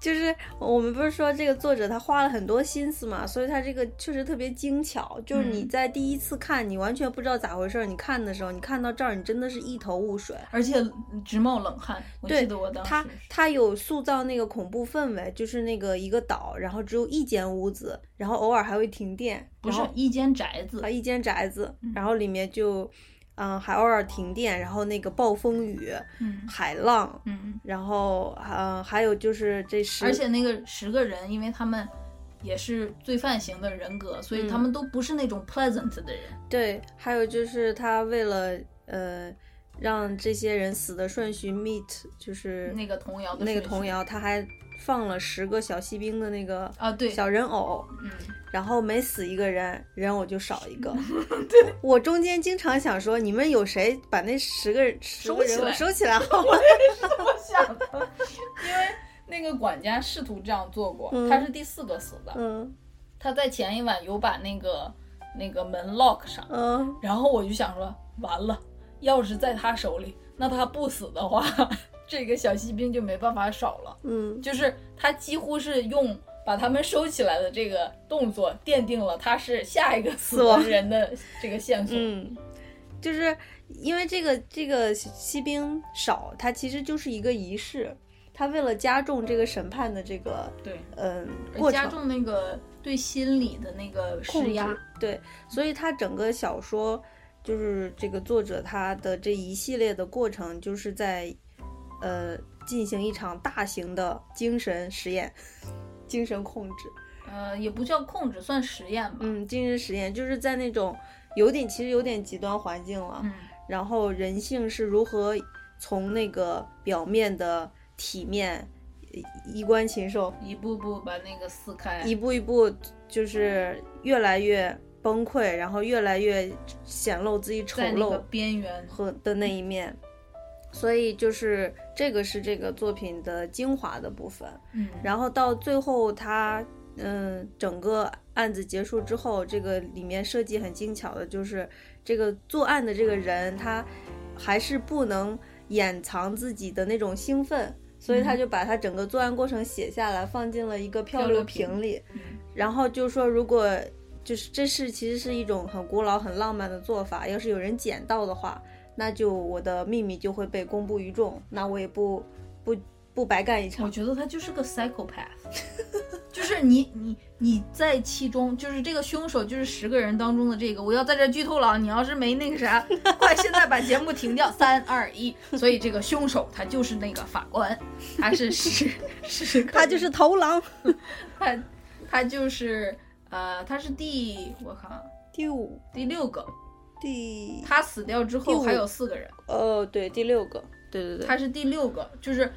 [SPEAKER 1] 就是我们不是说这个作者他花了很多心思嘛，所以他这个确实特别精巧。就是你
[SPEAKER 2] 嗯
[SPEAKER 1] 在第一次看，你完全不知道咋回事儿，你看的时候，你看到这儿，你真的是一头雾水。
[SPEAKER 2] 而且直冒冷汗。我
[SPEAKER 1] 对
[SPEAKER 2] 记得我当时
[SPEAKER 1] 他
[SPEAKER 2] 是
[SPEAKER 1] 他有塑造那个恐怖氛围，就是那个一个岛，然后只有一间屋子，然后偶尔还会停电，
[SPEAKER 2] 不是
[SPEAKER 1] 然后
[SPEAKER 2] 一间宅子
[SPEAKER 1] 啊，一间宅子
[SPEAKER 2] 嗯，
[SPEAKER 1] 然后里面就，嗯、还偶尔停电，然后那个暴风雨、
[SPEAKER 2] 嗯
[SPEAKER 1] 海浪，
[SPEAKER 2] 嗯，
[SPEAKER 1] 然后呃，还有就是这十，
[SPEAKER 2] 而且那个十个人，因为他们。也是罪犯型的人格，所
[SPEAKER 1] 嗯
[SPEAKER 2] 以他们都不是那种 pleasant 的人。
[SPEAKER 1] 对，还有就是他为了呃让这些人死的顺序 meet，就是
[SPEAKER 2] 那个童谣的
[SPEAKER 1] 那个
[SPEAKER 2] 顺序
[SPEAKER 1] 童谣，他还放了十个小锡兵的那个
[SPEAKER 2] 啊对
[SPEAKER 1] 小人偶，
[SPEAKER 2] 嗯，
[SPEAKER 1] 然后每死一个人，人偶就少一 个。我我中间经常想说，你们有谁把那十个人十
[SPEAKER 2] 收
[SPEAKER 1] 个
[SPEAKER 2] 起
[SPEAKER 1] 人
[SPEAKER 2] 来
[SPEAKER 1] 偶收起来好吗？
[SPEAKER 2] 我想的，因为那个管家试图这样做过，
[SPEAKER 1] 嗯
[SPEAKER 2] 他是第四个死 的，
[SPEAKER 1] 嗯
[SPEAKER 2] 他在前一晚有把那个那个门 lock 上，
[SPEAKER 1] 嗯，
[SPEAKER 2] 然后我就想说，完了，钥匙在他手里，那他不死的话， 这个小锡兵就没办法少了。
[SPEAKER 1] 嗯，
[SPEAKER 2] 就是他几乎是用把他们收起来的这个动作，奠定了他是下一个死亡人的这个线索。
[SPEAKER 1] 嗯，就是因为这个这个锡兵少，它其实就是一个仪式，它为了加重这个审判的这个
[SPEAKER 2] 对，
[SPEAKER 1] 嗯过
[SPEAKER 2] 而呃加
[SPEAKER 1] 程
[SPEAKER 2] 重那个对心理的那个
[SPEAKER 1] 控
[SPEAKER 2] 施压
[SPEAKER 1] 制。，对，所以它整个小说就是这个作者他的这一系列的过程，就是在呃进行一场大型的精神实验，精神控制。
[SPEAKER 2] 呃，也不叫控制，算实验吧。
[SPEAKER 1] 嗯，精神实验就是在那种有点其实有点极端环境了，
[SPEAKER 2] 嗯
[SPEAKER 1] 然后人性是如何从那个表面的体面、呃衣冠禽兽，
[SPEAKER 2] 一步步把那个撕开。
[SPEAKER 1] 一步一步就是越来越崩溃，然后越来越显露自己丑
[SPEAKER 2] 在那个
[SPEAKER 1] 陋
[SPEAKER 2] 边缘，
[SPEAKER 1] 和的那一面。所以就是这个是这个作品的精华的部分。
[SPEAKER 2] 嗯，
[SPEAKER 1] 然后到最后他，嗯，整个案子结束之后，这个里面设计很精巧的，就是这个作案的这个人，他还是不能掩藏自己的那种兴奋，所以他就把他整个作案过程写下来，放进了一个嗯漂流瓶里，
[SPEAKER 2] 嗯
[SPEAKER 1] 然后就说如果。就是这是其实是一种很古老、很浪漫的做法。要是有人捡到的话，那就我的秘密就会被公布于众，那我也不不不白干一场
[SPEAKER 2] 我。觉得他就是
[SPEAKER 1] 嗯
[SPEAKER 2] 个 psychopath，就是你你你在其中，就是这个凶手就是十个人当中的这个，我要在这儿剧透了啊！你要是没那个啥， 快现在把节目停掉，三二一。所以这个凶手他就是那个法官，他是十 十个人，
[SPEAKER 1] 他就是头狼。
[SPEAKER 2] 他他就是呃他是第我看
[SPEAKER 1] 第五，
[SPEAKER 2] 第六个，
[SPEAKER 1] 第
[SPEAKER 2] 他死掉之
[SPEAKER 1] 第五
[SPEAKER 2] 后还有四个人，
[SPEAKER 1] 呃，对，第六个，对对对，
[SPEAKER 2] 他是第六个，就是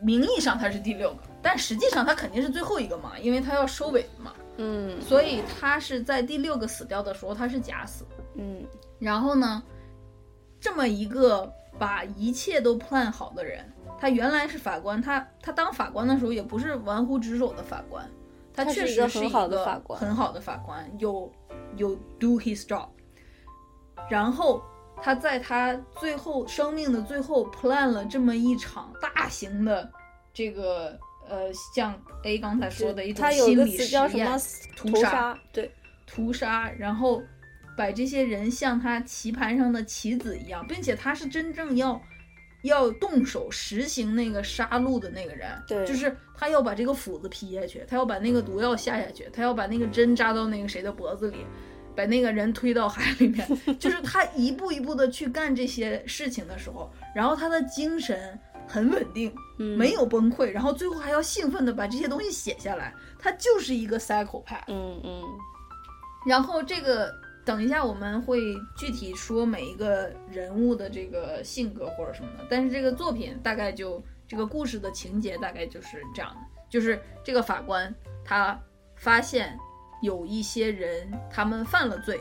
[SPEAKER 2] 名义上他是第六个，但实际上他肯定是最后一个嘛，因为他要收尾嘛。
[SPEAKER 1] 嗯
[SPEAKER 2] 所以他是在第六个死掉的时候，他是假死。
[SPEAKER 1] 嗯
[SPEAKER 2] 然后呢，这么一个把一切都 plan 好的人，他原来是法官，他他当法官的时候也不是玩忽职守的法官，他
[SPEAKER 1] 他是
[SPEAKER 2] 确
[SPEAKER 1] 一
[SPEAKER 2] 实
[SPEAKER 1] 个
[SPEAKER 2] 是
[SPEAKER 1] 很
[SPEAKER 2] 一
[SPEAKER 1] 好的
[SPEAKER 2] 个
[SPEAKER 1] 法官
[SPEAKER 2] 很好的法官，有有 do his job。然后他在他最后生命的最后 plan 了这么一场大型的这个呃，像 A 刚才说的一种
[SPEAKER 1] 他有一
[SPEAKER 2] 心
[SPEAKER 1] 个
[SPEAKER 2] 理
[SPEAKER 1] 词
[SPEAKER 2] 实
[SPEAKER 1] 叫什
[SPEAKER 2] 验
[SPEAKER 1] 么
[SPEAKER 2] 屠
[SPEAKER 1] 杀，
[SPEAKER 2] 杀
[SPEAKER 1] 对，
[SPEAKER 2] 屠杀，然后把这些人像他棋盘上的棋子一样，并且他是真正要要动手实行那个杀戮的那个人，
[SPEAKER 1] 对
[SPEAKER 2] 就是他要把这个斧子劈下去，他要把那个毒药下下去，他要把那个针扎到那个谁的脖子里，把那个人推到海 里面，就是他一步一步的去干这些事情的时候，然后他的精神很稳定，
[SPEAKER 1] 嗯
[SPEAKER 2] 没，有崩溃，然后最后还要兴奋的把这些东西写下来，他就是一个 psychopath。
[SPEAKER 1] 嗯嗯
[SPEAKER 2] 然后这个等一下我们会具体说每一个人物的这个性格或者什么的，但是这个作品大概就这个故事的情节大概就是这样的，就是这个法官他发现有一些人他们犯了罪，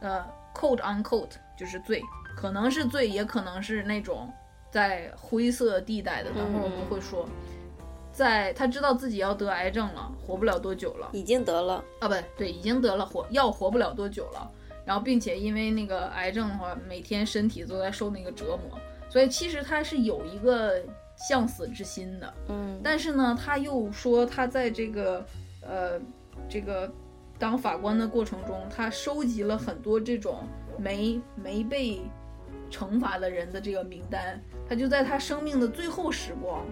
[SPEAKER 2] 呃，quote on quote 就是罪，可能是罪，也可能是那种在灰色地带的，等会儿我们会说。在他知道自己要得癌症了，活不了多久了，
[SPEAKER 1] 已经得了，
[SPEAKER 2] 啊，不对，已经得了活药活不了多久了。然后，并且因为那个癌症的话，每天身体都在受那个折磨，所以其实他是有一个向死之心的。
[SPEAKER 1] 嗯
[SPEAKER 2] 但是呢，他又说他在这个呃这个当法官的过程中，他收集了很多这种没没被惩罚的人的这个名单，他就在他生命的最后时光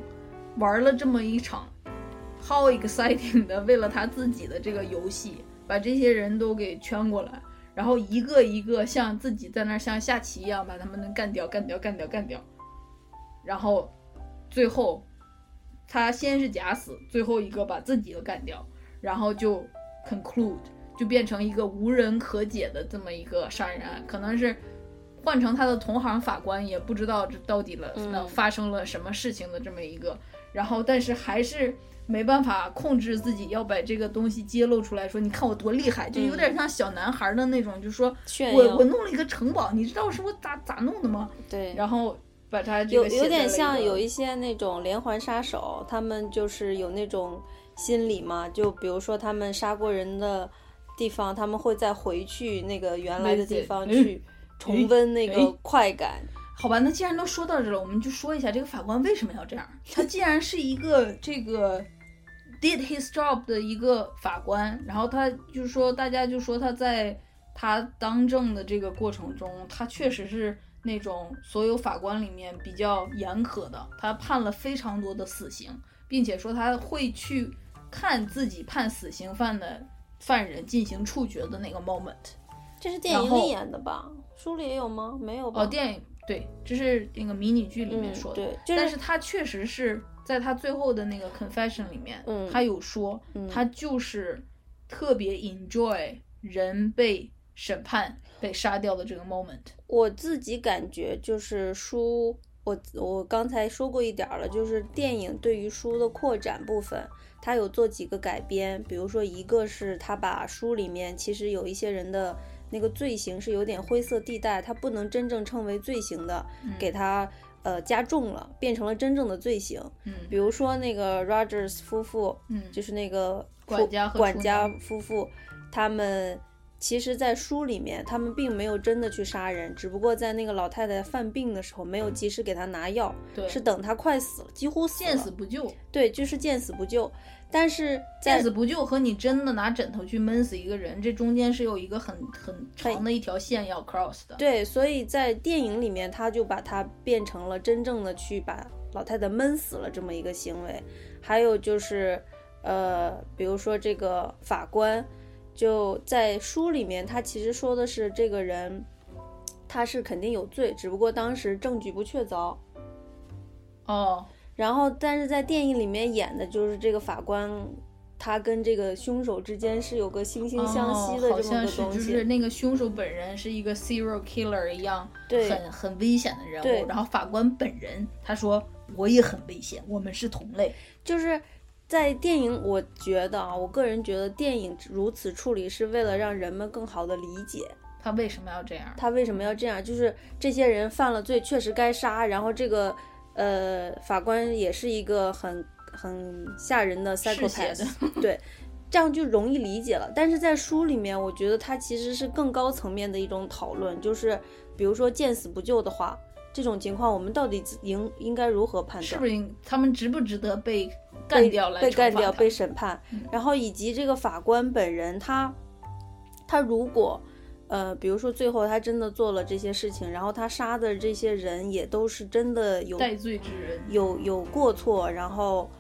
[SPEAKER 2] 玩了这么一场 how exciting 的为了他自己的这个游戏，把这些人都给圈过来。然后一个一个像自己在那儿像下棋一样把他们干掉，干掉，干掉，干掉，然后最后他先是假死，最后一个把自己给干掉，然后就 conclude 就变成一个无人可解的这么一个杀人案，可能是换成他的同行法官也不知道这到底了、
[SPEAKER 1] 嗯
[SPEAKER 2] 那发生了什么事情的这么一个，然后但是还是。没办法控制自己要把这个东西揭露出来，说你看我多厉害，就有
[SPEAKER 1] 嗯
[SPEAKER 2] 点像小男孩的那种，就说
[SPEAKER 1] 炫
[SPEAKER 2] 我
[SPEAKER 1] 耀
[SPEAKER 2] 我，弄了一个城堡，你知道是我咋咋弄的吗？
[SPEAKER 1] 对，
[SPEAKER 2] 然后把它这
[SPEAKER 1] 有
[SPEAKER 2] 个写
[SPEAKER 1] 有
[SPEAKER 2] 在
[SPEAKER 1] 点
[SPEAKER 2] 了
[SPEAKER 1] 像
[SPEAKER 2] 个
[SPEAKER 1] 有一些那种连环杀手，他们就是有那种心理嘛，就比如说他们杀过人的地方，他们会再回去那个原来的地方
[SPEAKER 2] 对对
[SPEAKER 1] 去重温那个
[SPEAKER 2] 哎
[SPEAKER 1] 快感。
[SPEAKER 2] 好吧，那既然都说到这了，我们就说一下这个法官为什么要这样。他既然是一个这个 did his job 的一个法官，然后他就说，大家就说他在他当政的这个过程中，他确实是那种所有法官里面比较严苛的，他判了非常多的死刑，并且说他会去看自己判死刑犯的犯人进行处决的那个 moment。
[SPEAKER 1] 这是电影
[SPEAKER 2] 然后
[SPEAKER 1] 里演的吧？书里也有吗？没有吧？
[SPEAKER 2] 哦，电影对，这是那个迷你剧里面
[SPEAKER 1] 嗯
[SPEAKER 2] 说的。
[SPEAKER 1] 对，就
[SPEAKER 2] 但是他确实是在他最后的那个 confession 里面，
[SPEAKER 1] 嗯
[SPEAKER 2] 他有说、
[SPEAKER 1] 嗯
[SPEAKER 2] 他就是特别 enjoy 人被审判、被杀掉的这个 moment。
[SPEAKER 1] 我自己感觉就是书，我我刚才说过一点儿了，就是电影对于书的扩展部分，它有做几个改编，比如说一个是它把书里面其实有一些人的那个罪行是有点灰色地带，它不能真正称为罪行的，
[SPEAKER 2] 嗯
[SPEAKER 1] 给它呃加重了，变成了真正的罪行。
[SPEAKER 2] 嗯
[SPEAKER 1] 比如说那个 Rogers 夫妇，
[SPEAKER 2] 嗯，
[SPEAKER 1] 就是那个
[SPEAKER 2] 管
[SPEAKER 1] 夫
[SPEAKER 2] 家和
[SPEAKER 1] 管
[SPEAKER 2] 厨
[SPEAKER 1] 家
[SPEAKER 2] 娘
[SPEAKER 1] 夫妇，他们其实，在书里面，他们并没有真的去杀人，只不过在那个老太太犯病的时候，没有及时给她拿药，
[SPEAKER 2] 对
[SPEAKER 1] 是等她快死了，几乎死
[SPEAKER 2] 见
[SPEAKER 1] 了
[SPEAKER 2] 死不救，
[SPEAKER 1] 对，就是见死不救。但是在
[SPEAKER 2] 见死不救和你真的拿枕头去闷死一个人，这中间是有一个很很长的一条线要 cross 的。
[SPEAKER 1] 对，所以在电影里面，他就把它变成了真正的去把老太太闷死了这么一个行为。还有就是，呃，比如说这个法官，就在书里面，他其实说的是这个人他是肯定有罪，只不过当时证据不确凿。
[SPEAKER 2] 哦，
[SPEAKER 1] 然后，但是在电影里面演的就是这个法官，他跟这个凶手之间是有个惺惺相惜的
[SPEAKER 2] 哦、好
[SPEAKER 1] 这么
[SPEAKER 2] 像
[SPEAKER 1] 个
[SPEAKER 2] 是
[SPEAKER 1] 东
[SPEAKER 2] 就
[SPEAKER 1] 西。
[SPEAKER 2] 是那个凶手本人是一个 serial killer 一样，
[SPEAKER 1] 对
[SPEAKER 2] 很很危险的人
[SPEAKER 1] 对
[SPEAKER 2] 物。然后法官本人他说我也很危险，我们是同类。
[SPEAKER 1] 就是在电影，我觉得啊，我个人觉得电影如此处理是为了让人们更好的理解
[SPEAKER 2] 他为什么要这样？
[SPEAKER 1] 他为什么要这样。就是这些人犯了罪，确实该杀，然后这个呃法官也是一个很很吓人的
[SPEAKER 2] 嗜血
[SPEAKER 1] psychopath，对。这样就容易理解了，但是在书里面，我觉得它其实是更高层面的一种讨论，就是比如说见死不救的话，这种情况我们到底应应该如何判断？
[SPEAKER 2] 是不是应他们值不值得被
[SPEAKER 1] 被
[SPEAKER 2] 干掉来
[SPEAKER 1] 被
[SPEAKER 2] 惩
[SPEAKER 1] 干
[SPEAKER 2] 罚
[SPEAKER 1] 掉、
[SPEAKER 2] 他
[SPEAKER 1] 被审判
[SPEAKER 2] 嗯，
[SPEAKER 1] 然后以及这个法官本人他，他如果呃，比如说最后他真的做了这些事情，然后他杀的这些人也都是真的有
[SPEAKER 2] 戴罪之人？
[SPEAKER 1] 有有过错，然后，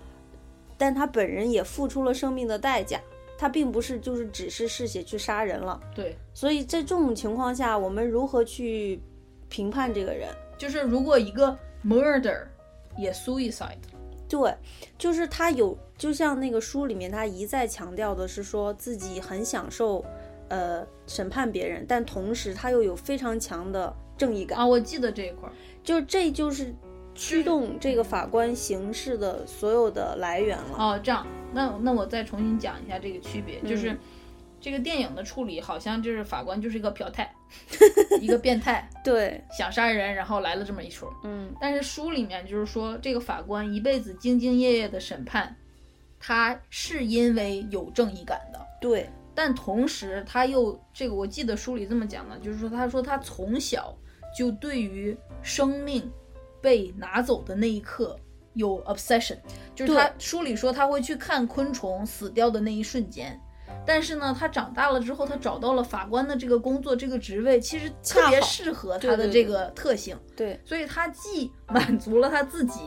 [SPEAKER 1] 但他本人也付出了生命的代价，他并不是就是只是嗜血去杀人了，
[SPEAKER 2] 对，
[SPEAKER 1] 所以在这种情况下，我们如何去评判这个人？
[SPEAKER 2] 就是如果一个 murder 也 suicide，
[SPEAKER 1] 对，就是他有，就像那个书里面他一再强调的是说自己很享受，呃，审判别人，但同时他又有非常强的正义感，
[SPEAKER 2] 啊，我记得这一块儿。
[SPEAKER 1] 就这就是驱动这个法官行事的所有的来源了。
[SPEAKER 2] 哦，这样，那那我再重新讲一下这个区别，就是
[SPEAKER 1] 嗯
[SPEAKER 2] 这个电影的处理好像就是法官就是一个嫖态， 一个变态，
[SPEAKER 1] 对，
[SPEAKER 2] 想杀人，然后来了这么一出。
[SPEAKER 1] 嗯
[SPEAKER 2] 但是书里面就是说，这个法官一辈子兢兢业业的审判，他是因为有正义感的，
[SPEAKER 1] 对，
[SPEAKER 2] 但同时他又这个我记得书里这么讲的，就是说他说他从小就对于生命被拿走的那一刻有 obsession，就是他书里说他会去看昆虫死掉的那一瞬间。但是呢，他长大了之后，他找到了法官的这个工作，这个职位其实特别
[SPEAKER 1] 恰好
[SPEAKER 2] 适合
[SPEAKER 1] 对
[SPEAKER 2] 他的
[SPEAKER 1] 对
[SPEAKER 2] 这
[SPEAKER 1] 对
[SPEAKER 2] 个特性。
[SPEAKER 1] 对，
[SPEAKER 2] 所以他既满足了他自己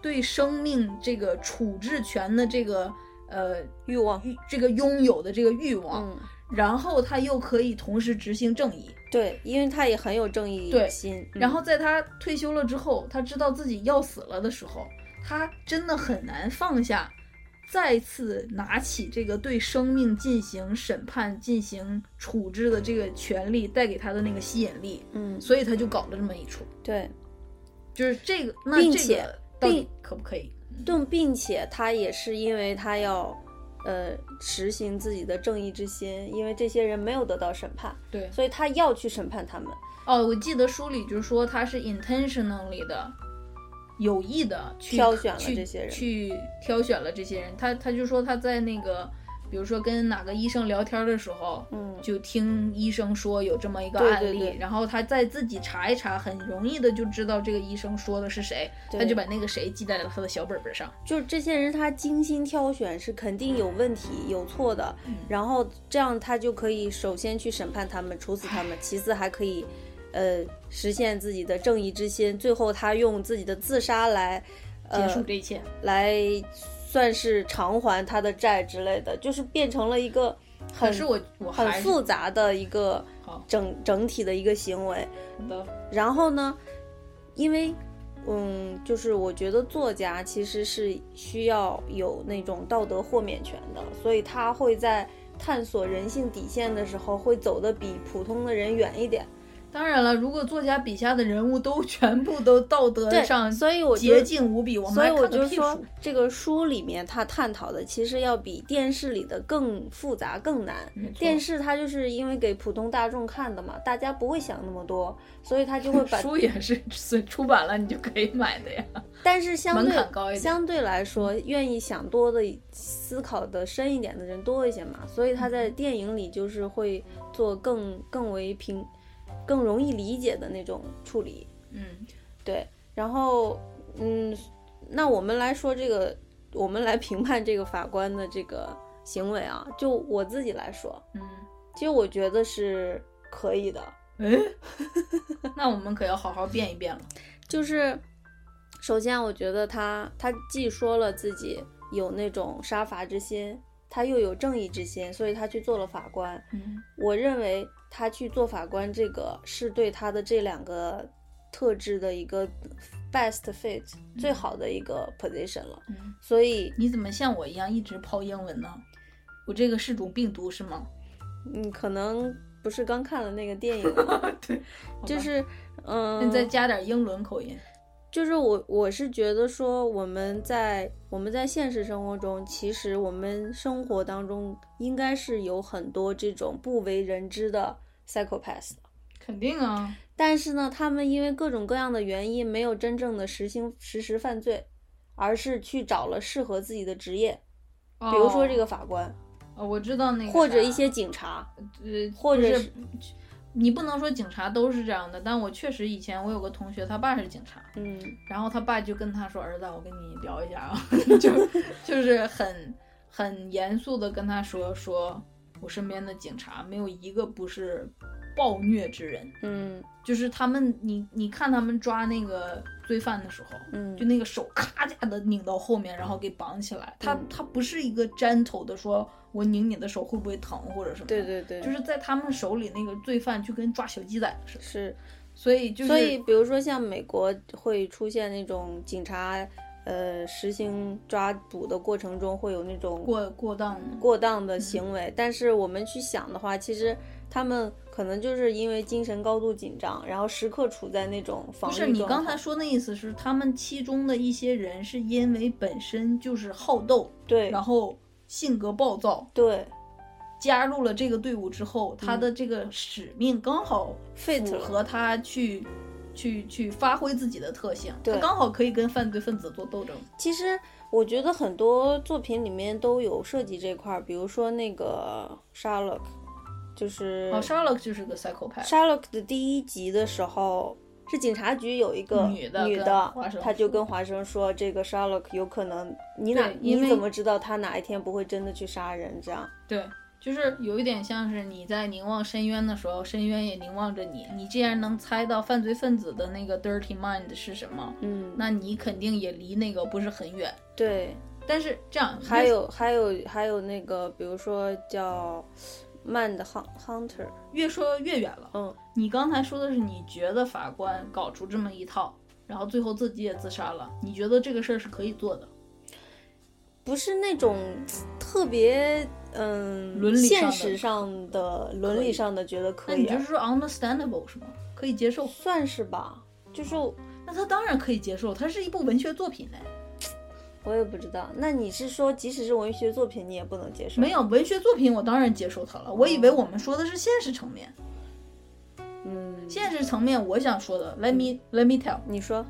[SPEAKER 2] 对生命这个处置权的这个呃
[SPEAKER 1] 欲望，
[SPEAKER 2] 欲这个拥有的这个欲望，
[SPEAKER 1] 嗯，
[SPEAKER 2] 然后他又可以同时执行正义。
[SPEAKER 1] 对，因为他也很有正义
[SPEAKER 2] 对
[SPEAKER 1] 心，嗯
[SPEAKER 2] 然后在他退休了之后，他知道自己要死了的时候，他真的很难放下，再次拿起这个对生命进行审判、进行处置的这个权利带给他的那个吸引力，
[SPEAKER 1] 嗯，
[SPEAKER 2] 所以他就搞了这么一出，
[SPEAKER 1] 对，
[SPEAKER 2] 就是这个，那
[SPEAKER 1] 并
[SPEAKER 2] 这
[SPEAKER 1] 且
[SPEAKER 2] 个到底
[SPEAKER 1] 并
[SPEAKER 2] 可不可以？
[SPEAKER 1] 并并且他也是因为他要，呃，实行自己的正义之心，因为这些人没有得到审判，
[SPEAKER 2] 对，
[SPEAKER 1] 所以他要去审判他们。
[SPEAKER 2] 哦，我记得书里就说他是 intentionally 的有意的去
[SPEAKER 1] 挑选了
[SPEAKER 2] 去
[SPEAKER 1] 这些人
[SPEAKER 2] 去挑选了这些人。他他就说他在那个，比如说跟哪个医生聊天的时候，
[SPEAKER 1] 嗯
[SPEAKER 2] 就听医生说有这么一个
[SPEAKER 1] 对
[SPEAKER 2] 案
[SPEAKER 1] 对
[SPEAKER 2] 例，
[SPEAKER 1] 对
[SPEAKER 2] 然后他再自己查一查，很容易的就知道这个医生说的是谁，
[SPEAKER 1] 对
[SPEAKER 2] 他就把那个谁记在了他的小本本上。
[SPEAKER 1] 就是这些人他精心挑选是肯定有问题、有错的，
[SPEAKER 2] 嗯
[SPEAKER 1] 然后这样他就可以首先去审判他们、处死他们，其次还可以，呃，实现自己的正义之心，最后他用自己的自杀来，
[SPEAKER 2] 结束
[SPEAKER 1] 呃，
[SPEAKER 2] 这一切，
[SPEAKER 1] 来算是偿还他的债之类的，就是变成了一个很
[SPEAKER 2] 可是我我
[SPEAKER 1] 很
[SPEAKER 2] 还是
[SPEAKER 1] 复杂的一个
[SPEAKER 2] 好
[SPEAKER 1] 整整体的一个行为。
[SPEAKER 2] 的，
[SPEAKER 1] 然后呢，因为，嗯，就是我觉得作家其实是需要有那种道德豁免权的，所以他会在探索人性底线的时候，会走得比普通的人远一点。
[SPEAKER 2] 当然了，如果作家笔下的人物都全部都道德
[SPEAKER 1] 对
[SPEAKER 2] 上
[SPEAKER 1] 所以我就
[SPEAKER 2] 洁净无比，我们
[SPEAKER 1] 所以
[SPEAKER 2] 还
[SPEAKER 1] 我
[SPEAKER 2] 看
[SPEAKER 1] 就
[SPEAKER 2] 个屁
[SPEAKER 1] 说
[SPEAKER 2] 书。，
[SPEAKER 1] 这个书里面他探讨的其实要比电视里的更复杂、更难。
[SPEAKER 2] 没错
[SPEAKER 1] 电视它就是因为给普通大众看的嘛，大家不会想那么多，所以他 就会把
[SPEAKER 2] 书也是随出版了你就可以买的呀。
[SPEAKER 1] 但是相
[SPEAKER 2] 门槛高一
[SPEAKER 1] 对
[SPEAKER 2] 点嗯
[SPEAKER 1] 相对来说，愿意想多的、思考的深一点的人多一些嘛，所以他在电影里就是会做更更为平、更容易理解的那种处理。
[SPEAKER 2] 嗯，
[SPEAKER 1] 对，然后嗯，那我们来说这个，我们来评判这个法官的这个行为啊，就我自己来说，
[SPEAKER 2] 嗯，
[SPEAKER 1] 其实我觉得是可以的，
[SPEAKER 2] 哎，那我们可要好好变一变了。
[SPEAKER 1] 就是，首先我觉得他他既说了自己有那种杀伐之心，他又有正义之心，所以他去做了法官。
[SPEAKER 2] 嗯
[SPEAKER 1] 我认为他去做法官这个是对他的这两个特质的一个 best fit 最好的一个 position 了。
[SPEAKER 2] 嗯，
[SPEAKER 1] 所以
[SPEAKER 2] 你怎么像我一样一直抛英文呢？我这个是种病毒是吗？
[SPEAKER 1] 你嗯可能不是刚看了那个电影吗，
[SPEAKER 2] 对，
[SPEAKER 1] 就是
[SPEAKER 2] 那
[SPEAKER 1] 嗯，
[SPEAKER 2] 再加点英伦口音。
[SPEAKER 1] 就是我我是觉得说我们在我们在现实生活中，其实我们生活当中应该是有很多这种不为人知的 psychopath 的
[SPEAKER 2] 肯定啊，
[SPEAKER 1] 但是呢，他们因为各种各样的原因，没有真正的实行实施犯罪，而是去找了适合自己的职业，
[SPEAKER 2] 比
[SPEAKER 1] 比如说这个，法官，
[SPEAKER 2] 哦我知道那个
[SPEAKER 1] 或者
[SPEAKER 2] 啥
[SPEAKER 1] 一些警察。
[SPEAKER 2] 呃，
[SPEAKER 1] 或
[SPEAKER 2] 不
[SPEAKER 1] 者
[SPEAKER 2] 是
[SPEAKER 1] 是
[SPEAKER 2] 你不能说警察都是这样的，但我确实以前我有个同学，他爸是警察，
[SPEAKER 1] 嗯，
[SPEAKER 2] 然后他爸就跟他说：“儿子，我跟你聊一下啊， 就就是很很严肃的跟他说，说我身边的警察没有一个不是暴虐之人，
[SPEAKER 1] 嗯
[SPEAKER 2] 就是他们，你你看他们抓那个罪犯的时候，
[SPEAKER 1] 嗯
[SPEAKER 2] 就那个手咔嚓的拧到后面，然后给绑起来，他
[SPEAKER 1] 嗯
[SPEAKER 2] 他不是一个粘头的说，我拧你的手会不会疼或者什么，
[SPEAKER 1] 对，对对，
[SPEAKER 2] 就是在他们手里那个罪犯就跟抓小鸡崽子似的，
[SPEAKER 1] 是
[SPEAKER 2] 所以就是
[SPEAKER 1] 所以，比如说像美国会出现那种警察，呃，实行抓捕的过程中会有那种
[SPEAKER 2] 过嗯过当
[SPEAKER 1] 过当的行为，但是我们去想的话，其实他们可能就是因为精神高度紧张，然后时刻处在那种防
[SPEAKER 2] 不
[SPEAKER 1] 御
[SPEAKER 2] 是你
[SPEAKER 1] 状
[SPEAKER 2] 刚
[SPEAKER 1] 态
[SPEAKER 2] 才说那意思是，他们其中的一些人是因为本身就是好斗，
[SPEAKER 1] 对
[SPEAKER 2] 然后性格暴躁，
[SPEAKER 1] 对
[SPEAKER 2] 加入了这个队伍之后，他的这个使命刚好
[SPEAKER 1] 嗯 fit
[SPEAKER 2] 符
[SPEAKER 1] 了，
[SPEAKER 2] 合他去去去发挥自己的特性，
[SPEAKER 1] 对
[SPEAKER 2] 他刚好可以跟犯罪分子做斗争。
[SPEAKER 1] 其实我觉得很多作品里面都有涉及这块儿，比如说那个 Sherlock，就是
[SPEAKER 2] 哦，Sherlock 就是个 psychopath，
[SPEAKER 1] Sherlock 的第一集的时候，是警察局有一个
[SPEAKER 2] 女的
[SPEAKER 1] 女
[SPEAKER 2] 跟
[SPEAKER 1] 的
[SPEAKER 2] 华生，
[SPEAKER 1] 她就
[SPEAKER 2] 说
[SPEAKER 1] 跟华生说，这个 Sherlock 有可能，你哪
[SPEAKER 2] 对因
[SPEAKER 1] 你
[SPEAKER 2] 为
[SPEAKER 1] 怎么知道他哪一天不会真的去杀人？这样，
[SPEAKER 2] 对。就是有一点像是你在凝望深渊的时候，深渊也凝望着你。你既然能猜到犯罪分子的那个 dirty mind 是什么，
[SPEAKER 1] 嗯，
[SPEAKER 2] 那你肯定也离那个不是很远。
[SPEAKER 1] 对，
[SPEAKER 2] 但是这样
[SPEAKER 1] 还有还有还有那个，比如说叫 Man 的 Hunter，
[SPEAKER 2] 越说越远了。
[SPEAKER 1] 嗯，
[SPEAKER 2] 你刚才说的是你觉得法官搞出这么一套，然后最后自己也自杀了，你觉得这个事儿是可以做的？
[SPEAKER 1] 不是那种特别嗯
[SPEAKER 2] 伦理
[SPEAKER 1] 现
[SPEAKER 2] 上的
[SPEAKER 1] 实上的伦
[SPEAKER 2] 可
[SPEAKER 1] 理
[SPEAKER 2] 以
[SPEAKER 1] 上的觉得可
[SPEAKER 2] 那
[SPEAKER 1] 以
[SPEAKER 2] 你
[SPEAKER 1] 啊、
[SPEAKER 2] 就是说 understandable 是吗？可以接受？
[SPEAKER 1] 算是吧，就是
[SPEAKER 2] 那他当然可以接受，它是一部文学作品哎嘞。
[SPEAKER 1] 我也不知道。那你是说，即使是文学作品，你也不能接受？
[SPEAKER 2] 没有文学作品，我当然接受它了。我以为我们说的是现实层面，
[SPEAKER 1] 嗯，
[SPEAKER 2] 现实层面我想说的，let me let me tell，
[SPEAKER 1] 你说，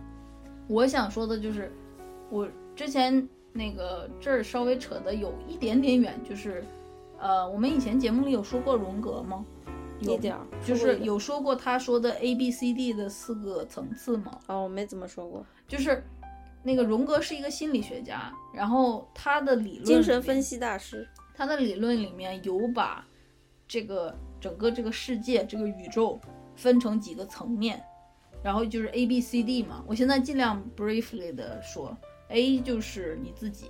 [SPEAKER 2] 我想说的就是，我之前那个这儿稍微扯的有一点点远，就是，呃，我们以前节目里有说过荣格吗？有
[SPEAKER 1] 一点儿
[SPEAKER 2] 就是有说过他说的 A B C D 的四个层次吗？
[SPEAKER 1] 哦，我没怎么说过
[SPEAKER 2] 就是那个荣格是一个心理学家，然后他的理论
[SPEAKER 1] 精神
[SPEAKER 2] 析。
[SPEAKER 1] 分析大师。
[SPEAKER 2] 他的理论里面有把这个整个这个世界、这个宇宙分成几个层面，然后就是 A、B、C、D 嘛。我现在尽量 briefly 的说，A 就是你自己，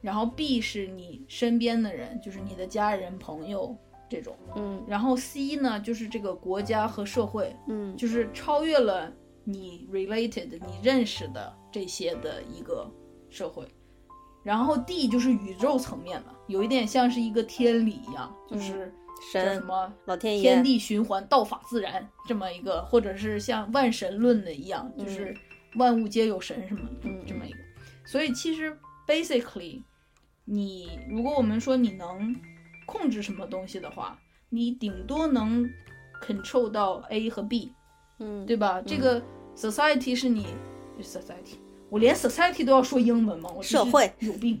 [SPEAKER 2] 然后 B 是你身边的人，就是你的家人、朋友这种，
[SPEAKER 1] 嗯
[SPEAKER 2] 然后 C 呢就是这个国家和社会，
[SPEAKER 1] 嗯，
[SPEAKER 2] 就是超越了你 related 你认识的这些的一个社会，然后 D 就是宇宙层面了，有一点像是一个天理一样，就是叫什
[SPEAKER 1] 神
[SPEAKER 2] 么
[SPEAKER 1] 老嗯天爷
[SPEAKER 2] 天地循环、道法自然这么一个，或者是像万神论的一样，
[SPEAKER 1] 嗯
[SPEAKER 2] 就是万物皆有神什么
[SPEAKER 1] 嗯
[SPEAKER 2] 这么一个。所以其实 basically，你如果我们说你能控制什么东西的话，你顶多能 control 到 A 和 B，
[SPEAKER 1] 嗯
[SPEAKER 2] 对吧？这个 society 是你 society，我连 society 都要说英文吗？我真是
[SPEAKER 1] 社会
[SPEAKER 2] 有 病。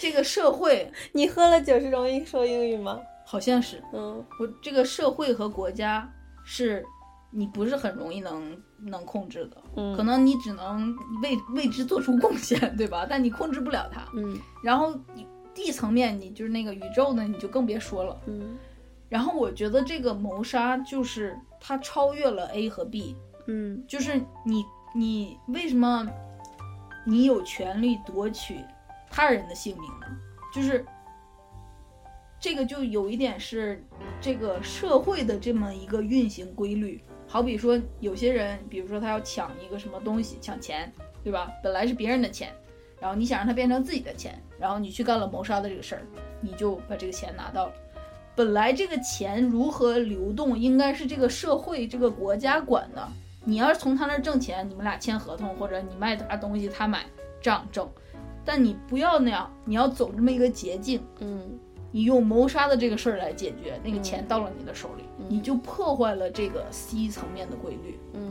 [SPEAKER 2] 这个社会
[SPEAKER 1] 你喝了酒是容易说英语吗？
[SPEAKER 2] 好像是
[SPEAKER 1] 嗯
[SPEAKER 2] 我这个社会和国家是你不是很容易能能控制的，
[SPEAKER 1] 嗯，
[SPEAKER 2] 可能你只能为为之做出贡献，对吧？但你控制不了它。
[SPEAKER 1] 嗯
[SPEAKER 2] 然后你地层面，你就是那个宇宙呢，你就更别说了。
[SPEAKER 1] 嗯
[SPEAKER 2] 然后我觉得这个谋杀就是它超越了 A 和 B，
[SPEAKER 1] 嗯
[SPEAKER 2] 就是你你为什么你有权利夺取他人的性命呢？就是这个就有一点是这个社会的这么一个运行规律。好比说，有些人，比如说他要抢一个什么东西，抢钱，对吧？本来是别人的钱，然后你想让它变成自己的钱，然后你去干了谋杀的这个事儿，你就把这个钱拿到了。本来这个钱如何流动，应该是这个社会、这个国家管的，你要是从他那儿挣钱，你们俩签合同，或者你卖他东西他买，这样挣。但你不要那样，你要走这么一个捷径，
[SPEAKER 1] 嗯
[SPEAKER 2] 你用谋杀的这个事儿来解决，那个钱
[SPEAKER 1] 嗯
[SPEAKER 2] 到了你的手里，
[SPEAKER 1] 嗯
[SPEAKER 2] 你就破坏了这个 C 层面的规律，
[SPEAKER 1] 嗯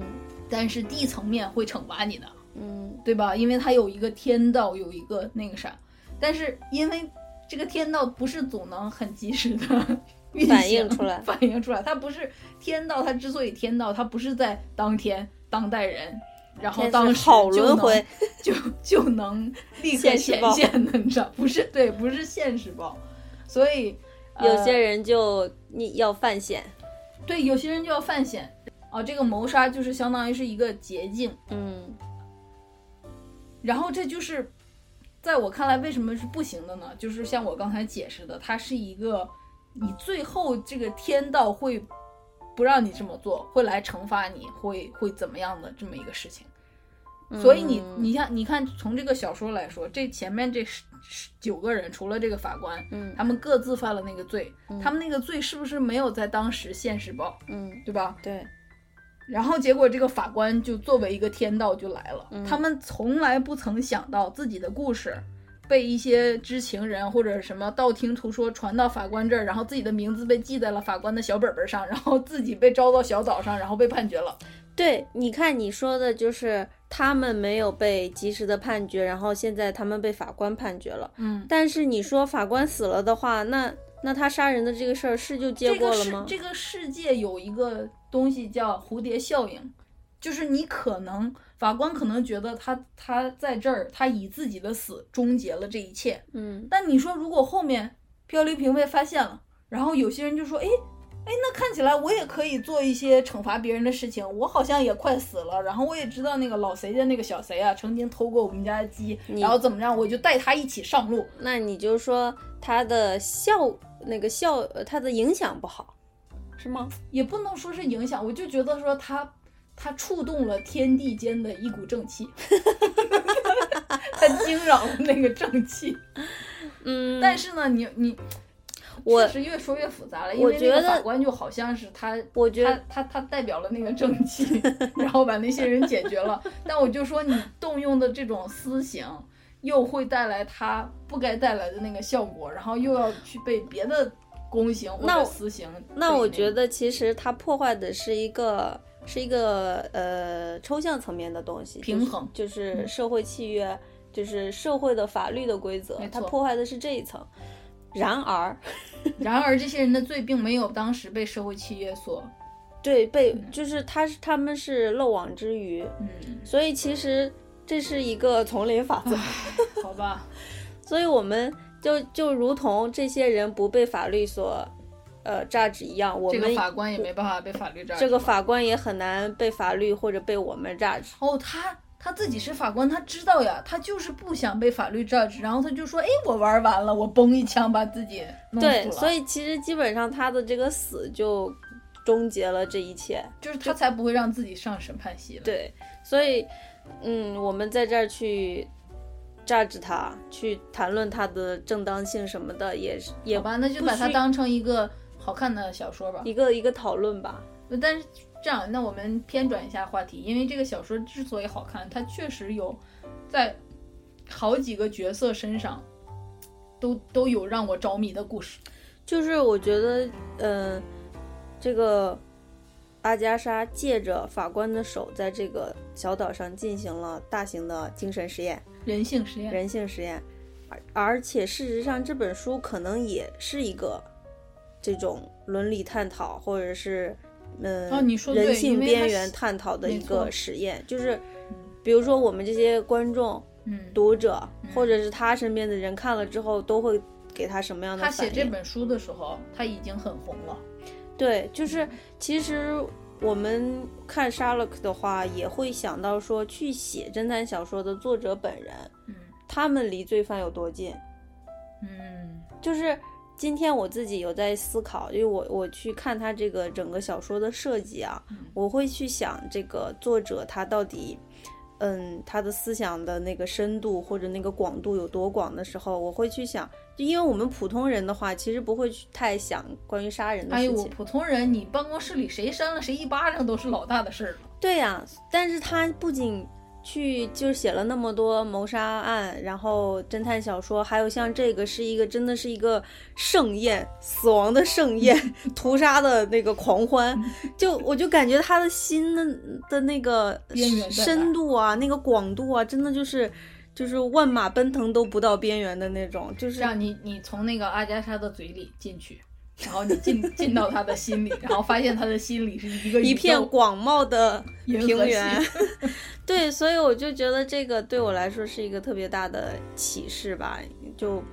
[SPEAKER 2] 但是 D 层面会惩罚你的，
[SPEAKER 1] 嗯
[SPEAKER 2] 对吧？因为它有一个天道，有一个那个啥，但是因为这个天道不是总能很及时的 运行
[SPEAKER 1] 反映出来
[SPEAKER 2] 反映出来，它不是天道，它之所以天道，它不是在当天当代人， 然后
[SPEAKER 1] 天
[SPEAKER 2] 当
[SPEAKER 1] 是
[SPEAKER 2] 时
[SPEAKER 1] 好
[SPEAKER 2] 就
[SPEAKER 1] 轮
[SPEAKER 2] 能
[SPEAKER 1] 回，
[SPEAKER 2] 就就能立刻
[SPEAKER 1] 现世
[SPEAKER 2] 显
[SPEAKER 1] 报
[SPEAKER 2] 现的，你知道？不是对，不是现实报，所以、呃
[SPEAKER 1] 有些人就你要犯险。
[SPEAKER 2] 对有些人就要犯险啊，这个谋杀就是相当于是一个捷径。
[SPEAKER 1] 嗯
[SPEAKER 2] 然后这就是，在我看来，为什么是不行的呢？就是像我刚才解释的，它是一个你最后这个天道会不让你这么做，会来惩罚你，会会怎么样的这么一个事情。所以你你像你看，从这个小说来说，这前面这十十九个人，除了这个法官，
[SPEAKER 1] 嗯
[SPEAKER 2] 他们各自犯了那个罪，他们那个罪是不是没有在当时现实报，
[SPEAKER 1] 嗯
[SPEAKER 2] 对吧？
[SPEAKER 1] 对，
[SPEAKER 2] 然后结果这个法官就作为一个天道就来了，
[SPEAKER 1] 嗯
[SPEAKER 2] 他们从来不曾想到自己的故事被一些知情人或者什么道听途说传到法官这儿，然后自己的名字被记在了法官的小本本上，然后自己被招到小岛上，然后被判决了。
[SPEAKER 1] 对，你看你说的就是他们没有被及时的判决，然后现在他们被法官判决了。
[SPEAKER 2] 嗯，
[SPEAKER 1] 但是你说法官死了的话，那那他杀人的这个事儿是就
[SPEAKER 2] 这
[SPEAKER 1] 结过
[SPEAKER 2] 个
[SPEAKER 1] 了
[SPEAKER 2] 世
[SPEAKER 1] 吗？
[SPEAKER 2] 这个世界有一个东西叫蝴蝶效应，就是你可能法官可能觉得他他在这儿，他以自己的死终结了这一切，
[SPEAKER 1] 嗯
[SPEAKER 2] 但你说如果后面漂流瓶被发现了，然后有些人就说，哎，哎，那看起来我也可以做一些惩罚别人的事情，我好像也快死了，然后我也知道那个老谁家那个小谁啊，曾经偷过我们家的鸡，
[SPEAKER 1] 你
[SPEAKER 2] 然后怎么样，我就带他一起上路。
[SPEAKER 1] 那你就说他的效那个效，呃他的影响不好，是吗？
[SPEAKER 2] 也不能说是影响，我就觉得说他他触动了天地间的一股正气， 他惊扰了那个正气。
[SPEAKER 1] 嗯
[SPEAKER 2] 但是呢，你你
[SPEAKER 1] 我
[SPEAKER 2] 确实越说越复杂了，因
[SPEAKER 1] 我
[SPEAKER 2] 为那个
[SPEAKER 1] 觉得
[SPEAKER 2] 法官就好像是他，
[SPEAKER 1] 我觉得
[SPEAKER 2] 他他他代表了那个正气，然后把那些人解决了。但我就说你动用的这种私刑。又会带来他不该带来的那个效果，然后又要去被别的公刑或
[SPEAKER 1] 那
[SPEAKER 2] 者
[SPEAKER 1] 我
[SPEAKER 2] 私刑。
[SPEAKER 1] 那我觉
[SPEAKER 2] 得。
[SPEAKER 1] 得其实他破坏的是一个是一个呃抽象层面的东西，
[SPEAKER 2] 平衡嗯
[SPEAKER 1] 就是、就是社会契约，就是社会的法律的规则
[SPEAKER 2] 没，
[SPEAKER 1] 它
[SPEAKER 2] 错
[SPEAKER 1] 破坏的是这一层。然而，
[SPEAKER 2] 然而这些人的罪并没有当时被社会契约所，
[SPEAKER 1] 对被就是他是他们是漏网之鱼，
[SPEAKER 2] 嗯，
[SPEAKER 1] 所以其实这是一个丛林法则。
[SPEAKER 2] 好吧，
[SPEAKER 1] 所以我们就就如同这些人不被法律所呃榨取一样， 我
[SPEAKER 2] 这
[SPEAKER 1] 们
[SPEAKER 2] 个法官也没办法被法律这样。
[SPEAKER 1] 这个法官也很难被法律或者被我们榨取。
[SPEAKER 2] 哦，他他自己是法官，他知道呀，他就是不想被法律 judge，然后他就说，哎，我玩完了，我崩一枪把自己弄死了。
[SPEAKER 1] 对，所以其实基本上他的这个死就终结了这一切。
[SPEAKER 2] 就是他才不会让自己上审判席了。，
[SPEAKER 1] 对，所以嗯，我们在这儿去。榨制他，去谈论他的正当性什么的，也是也
[SPEAKER 2] 好吧，那就把
[SPEAKER 1] 不
[SPEAKER 2] 它
[SPEAKER 1] 需
[SPEAKER 2] 当成一个好看的小说吧。
[SPEAKER 1] 一个一个讨论吧。
[SPEAKER 2] 但是这样，那我们偏转一下话题，因为这个小说之所以好看，它确实有在好几个角色身上都都有让我着迷的故事。
[SPEAKER 1] 就是我觉得，嗯、这个阿加莎借着法官的手，在这个小岛上进行了大型的精神实验、
[SPEAKER 2] 人性实验，
[SPEAKER 1] 人性实验，而而且事实上，这本书可能也是一个这种伦理探讨，或者是嗯、
[SPEAKER 2] 哦你说对
[SPEAKER 1] 人性
[SPEAKER 2] 因为它
[SPEAKER 1] 边
[SPEAKER 2] 是
[SPEAKER 1] 缘探讨的一
[SPEAKER 2] 没
[SPEAKER 1] 个
[SPEAKER 2] 错
[SPEAKER 1] 实验，就是比如说我们这些观众、
[SPEAKER 2] 嗯，
[SPEAKER 1] 读者，或者是他身边的人看了之后，都会给他什么样的
[SPEAKER 2] 他
[SPEAKER 1] 反应？
[SPEAKER 2] 写这本书的时候，他已经很红了。
[SPEAKER 1] 对，
[SPEAKER 2] 嗯
[SPEAKER 1] 就是其实我们看沙洛克的话，也会想到说，去写侦探小说的作者本人，
[SPEAKER 2] 嗯
[SPEAKER 1] 他们离罪犯有多近。
[SPEAKER 2] 嗯
[SPEAKER 1] 就是今天我自己有在思考，因为我我去看他这个整个小说的设计啊，
[SPEAKER 2] 嗯
[SPEAKER 1] 我会去想这个作者他到底。嗯，他的思想的那个深度或者那个广度有多广的时候，我会去想，就因为我们普通人的话，其实不会去太想关于杀人的事
[SPEAKER 2] 哎呦，
[SPEAKER 1] 情。
[SPEAKER 2] 我普通人，你办公室里谁扇了谁一巴掌都是老大的事儿了。
[SPEAKER 1] 对呀、但是他不仅去就是写了那么多谋杀案，然后侦探小说，还有像这个是一个真的是一个盛宴，死亡的盛 宴，屠杀的那个狂欢，就我就感觉他的心的的那个
[SPEAKER 2] 边缘在哪儿
[SPEAKER 1] 深度啊，那个广度啊，真的就是就是万马奔腾都不到边缘的那种，就是
[SPEAKER 2] 这样你你从那个阿加莎的嘴里进去，然后你进进到他的心里，然后发现他的心里是一个
[SPEAKER 1] 一
[SPEAKER 2] 宇宙
[SPEAKER 1] 片广袤的
[SPEAKER 2] 银河
[SPEAKER 1] 平
[SPEAKER 2] 系
[SPEAKER 1] 原。对，所以我就觉得这个对我来说是一个特别大的启示吧。就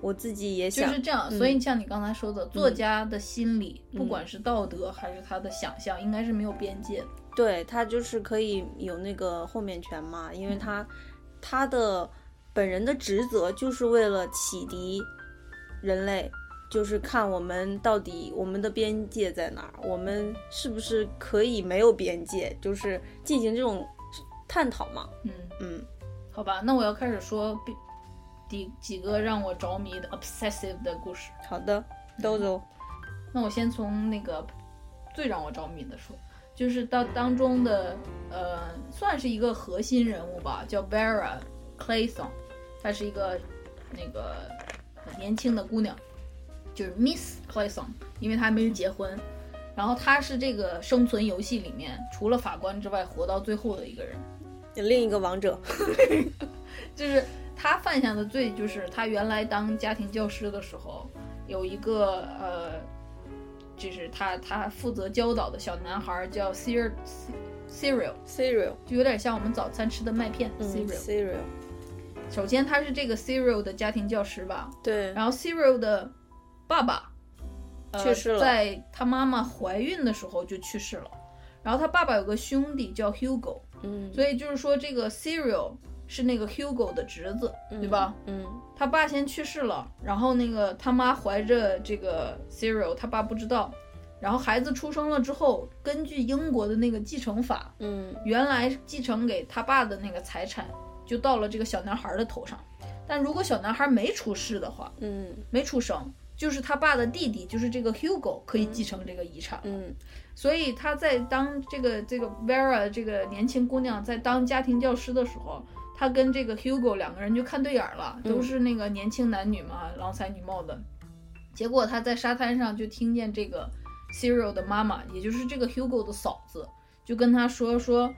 [SPEAKER 1] 我自己也
[SPEAKER 2] 就
[SPEAKER 1] 想，
[SPEAKER 2] 是这样。
[SPEAKER 1] 嗯
[SPEAKER 2] 所以像你刚才说的，作家的心理，
[SPEAKER 1] 嗯
[SPEAKER 2] 不管是道德还是他的想象，应该是没有边界的。
[SPEAKER 1] 对他就是可以有那个豁免权嘛，因为他他的本人的职责就是为了启迪人类。就是看我们到底我们的边界在哪儿，我们是不是可以没有边界，就是进行这种探讨嘛？
[SPEAKER 2] 嗯，
[SPEAKER 1] 嗯，
[SPEAKER 2] 好吧，那我要开始说第几个让我着迷的 obsessive 的故事。
[SPEAKER 1] 好的，豆豆，
[SPEAKER 2] 那我先从那个最让我着迷的说，就是到当中的呃，算是一个核心人物吧，叫 Vera Clayson，她是一个那个很年轻的姑娘，就是 Miss Clayson，因为她还没有结婚。然后她是这个生存游戏里面除了法官之外活到最后的一个人，
[SPEAKER 1] 另一个王者，
[SPEAKER 2] 就是他犯下的罪，就是他原来当家庭教师的时候，有一个呃，就是他他负责教导的小男孩叫 Cir Cyril，
[SPEAKER 1] Cereal，
[SPEAKER 2] 就有点像我们早餐吃的麦片、
[SPEAKER 1] 嗯
[SPEAKER 2] Cyril。
[SPEAKER 1] ，Cereal，
[SPEAKER 2] 首先他是这个 Cyril 的家庭教师吧，
[SPEAKER 1] 对，
[SPEAKER 2] 然后 Cyril 的爸爸、呃
[SPEAKER 1] 去世了
[SPEAKER 2] 在他妈妈怀孕的时候就去世了。然后他爸爸有个兄弟叫 Hugo，
[SPEAKER 1] 嗯，
[SPEAKER 2] 所以就是说这个 Cyril 是那个 Hugo 的侄子，对吧？
[SPEAKER 1] 嗯，
[SPEAKER 2] 他爸先去世了，然后那个他妈怀着这个 Cyril，他爸不知道。然后孩子出生了之后，根据英国的那个继承法，
[SPEAKER 1] 嗯
[SPEAKER 2] 原来继承给他爸的那个财产就到了这个小男孩的头上。但如果小男孩没出世的话，
[SPEAKER 1] 嗯
[SPEAKER 2] 没出生，就是他爸的弟弟，就是这个 Hugo 可以继承这个遗产。
[SPEAKER 1] 嗯
[SPEAKER 2] 所以她在当这个这个 Vera 这个年轻姑娘在当家庭教师的时候，她跟这个 Hugo 两个人就看对眼儿了，
[SPEAKER 1] 嗯
[SPEAKER 2] 都是那个年轻男女嘛，郎才女貌的。结果她在沙滩上就听见这个 Cyril 的妈妈，也就是这个 Hugo 的嫂子，就跟他说说，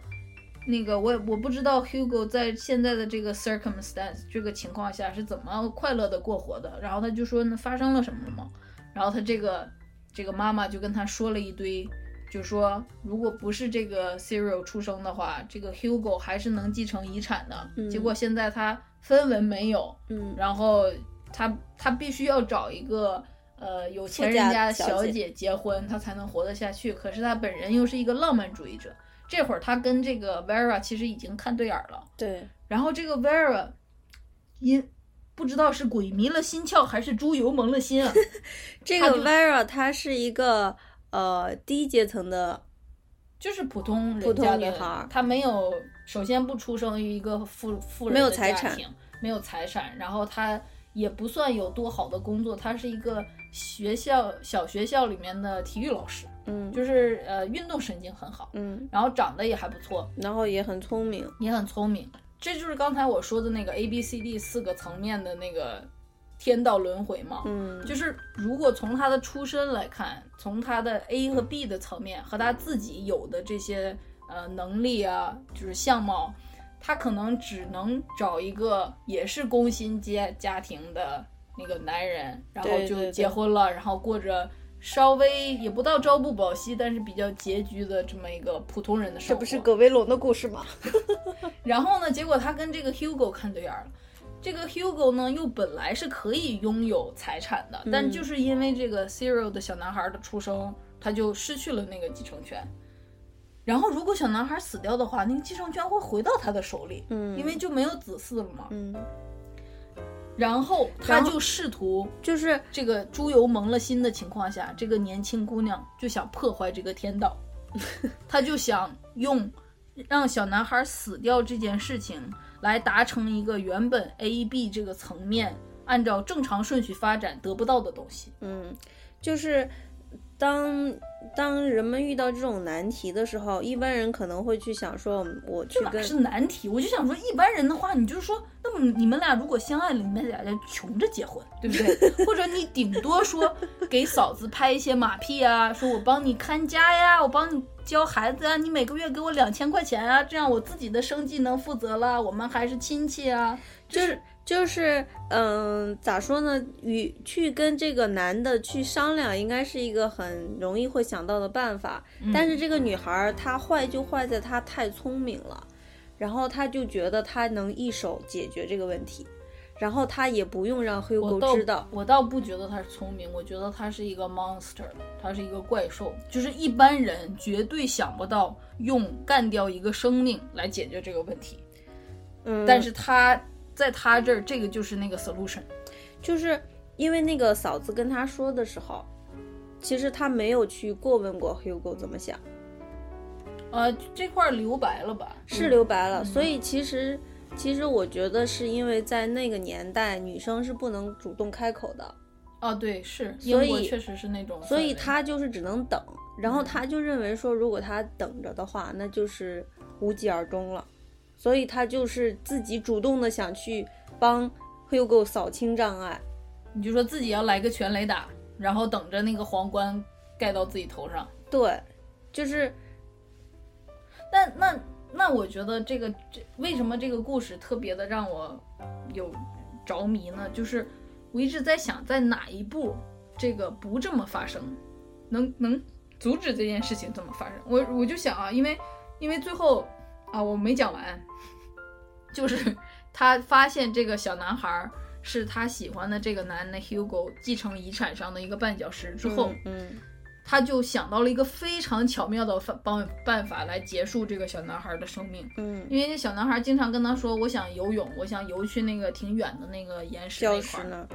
[SPEAKER 2] 那个我也我不知道 Hugo 在现在的这个 circumstance 这个情况下是怎么快乐的过活的。然后他就说那发生了什么吗？然后他这个这个妈妈就跟他说了一堆，就说如果不是这个 Cyril 出生的话，这个 Hugo 还是能继承遗产的。
[SPEAKER 1] 嗯
[SPEAKER 2] 结果现在他分文没有，
[SPEAKER 1] 嗯，
[SPEAKER 2] 然后他他必须要找一个呃有钱人家的小姐结婚，他才能活得下去。可是他本人又是一个浪漫主义者，这会儿他跟这个 Vera 其实已经看对眼儿了。
[SPEAKER 1] 对，
[SPEAKER 2] 然后这个 Vera 因不知道是鬼迷了心窍还是猪油蒙了心啊，
[SPEAKER 1] 这
[SPEAKER 2] 他
[SPEAKER 1] 个
[SPEAKER 2] 就
[SPEAKER 1] Vera 她是一个呃低阶层的，
[SPEAKER 2] 就是普通
[SPEAKER 1] 普
[SPEAKER 2] 人
[SPEAKER 1] 通
[SPEAKER 2] 家
[SPEAKER 1] 女
[SPEAKER 2] 的
[SPEAKER 1] 孩儿
[SPEAKER 2] 她没有首先不出生于一个富富人
[SPEAKER 1] 没有
[SPEAKER 2] 的
[SPEAKER 1] 财
[SPEAKER 2] 家
[SPEAKER 1] 产
[SPEAKER 2] 庭，没有财产，然后她也不算有多好的工作，她是一个学校小学校里面的体育老师，
[SPEAKER 1] 嗯
[SPEAKER 2] 就是呃运动神经很好，
[SPEAKER 1] 嗯，
[SPEAKER 2] 然后长得也还不错，
[SPEAKER 1] 然后也很聪明，
[SPEAKER 2] 也很聪明。这就是刚才我说的那个 A B C D 四个层面的那个天道轮回嘛，
[SPEAKER 1] 嗯，
[SPEAKER 2] 就是如果从他的出身来看，从他的 A 和 B 的层面和他自己有的这些呃能力啊，就是相貌，他可能只能找一个也是工薪阶家庭的那个男人，然后
[SPEAKER 1] 对对
[SPEAKER 2] 就
[SPEAKER 1] 对
[SPEAKER 2] 结婚了，然后过着。稍微也不到朝不保夕，但是比较拮据的这么一个普通人的生活。
[SPEAKER 1] 威龙的故事吗？
[SPEAKER 2] 然后呢，结果他跟这个 Hugo 看对眼儿了。这个 Hugo 呢，又本来是可以拥有财产的，
[SPEAKER 1] 嗯
[SPEAKER 2] 但就是因为这个 Cyril 的小男孩的出生，他就失去了那个继承权。然后，如果小男孩死掉的话，那个继承权会回到他的手里，
[SPEAKER 1] 嗯，
[SPEAKER 2] 因为就没有子嗣了嘛。
[SPEAKER 1] 嗯，
[SPEAKER 2] 然后他
[SPEAKER 1] 然后
[SPEAKER 2] 就试图
[SPEAKER 1] 就是
[SPEAKER 2] 这个猪油蒙了心的情况下，这个年轻姑娘就想破坏这个天道，她就想用让小男孩死掉这件事情来达成一个原本 A B 这个层面按照正常顺序发展得不到的东西。
[SPEAKER 1] 嗯，就是当当人们遇到这种难题的时候，一般人可能会去想说，嗯我去
[SPEAKER 2] 这哪
[SPEAKER 1] 跟
[SPEAKER 2] 是难题？我就想说，一般人的话，你就是说，那么你们俩如果相爱了，你们俩就穷着结婚，对不对？ 或者你顶多说给嫂子拍一些马屁啊，说我帮你看家呀，我帮你教孩子啊，你每个月给我两千块钱啊，这样我自己的生计能负责了，我们还是亲戚啊，
[SPEAKER 1] 就是就是，嗯，咋说呢？与去跟这个男的去商量，应该是一个很容易会想到的办法。
[SPEAKER 2] 嗯
[SPEAKER 1] 但是这个女孩儿她坏就坏在她太聪明了，然后她就觉得她能一手解决这个问题，然后她也不用让
[SPEAKER 2] 我
[SPEAKER 1] Hugo
[SPEAKER 2] 倒
[SPEAKER 1] 知道。
[SPEAKER 2] 我倒不觉得他是聪明，我觉得他是一个 monster，他是一个怪兽，就是一般人绝对想不到用干掉一个生命来解决这个问题。
[SPEAKER 1] 嗯，
[SPEAKER 2] 但是他在他这儿，这个就是那个 solution。
[SPEAKER 1] 就是因为那个嫂子跟她说的时候，其实她没有去过问过 Hugo 怎么想，
[SPEAKER 2] 呃，这块儿留白了吧？
[SPEAKER 1] 是留白了。所
[SPEAKER 2] 嗯
[SPEAKER 1] 以其实其实我觉得是因为在那个年代，女生是不能主动开口的，
[SPEAKER 2] 啊，对，是
[SPEAKER 1] 所
[SPEAKER 2] 英
[SPEAKER 1] 以
[SPEAKER 2] 国确实是那种氛围，
[SPEAKER 1] 所以她就是只能等。然后
[SPEAKER 2] 嗯
[SPEAKER 1] 她就认为说，如果她等着的话，那就是无疾而终了。所以她就是自己主动的想去帮 Hugo 扫清障碍。
[SPEAKER 2] 你就说自己要来个全雷打，然后等着那个皇冠盖到自己头上。
[SPEAKER 1] 对，就是
[SPEAKER 2] 但那那我觉得这个这为什么这个故事特别的让我有着迷呢？就是我一直在想，在哪一步这个不这么发生，能能阻止这件事情这么发生？我我就想啊，因为因为最后啊我没讲完，就是 他发现这个小男孩儿是他喜欢的这个男的 Hugo 继承遗产上的一个绊脚石之后，
[SPEAKER 1] 嗯嗯
[SPEAKER 2] 他就想到了一个非常巧妙的办办办法来结束这个小男孩的生命，
[SPEAKER 1] 嗯，
[SPEAKER 2] 因为这小男孩经常跟他说：“我想游泳，我想游去那个挺远的那个岩石那
[SPEAKER 1] 消
[SPEAKER 2] 块
[SPEAKER 1] 失
[SPEAKER 2] 儿。
[SPEAKER 1] 呢。”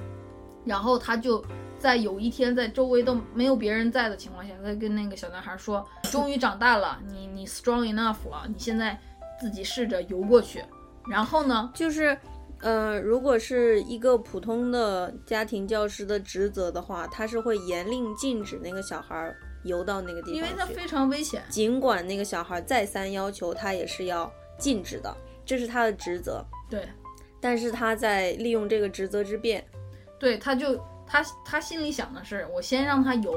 [SPEAKER 2] 然后他就在有一天在周围都没有别人在的情况下，他跟那个小男孩说：“终于长大了，你你 strong enough 了，你现在自己试着游过去。”然后呢，
[SPEAKER 1] 就是，呃，如果是一个普通的家庭教师的职责的话，他是会严令禁止那个小孩儿游到那个地
[SPEAKER 2] 因为那
[SPEAKER 1] 方去，
[SPEAKER 2] 非常危险，
[SPEAKER 1] 尽管那个小孩再三要求，他也是要禁止的，这是他的职责。
[SPEAKER 2] 对，
[SPEAKER 1] 但是他在利用这个职责之便，
[SPEAKER 2] 对，他就他他心里想的是，我先让他游，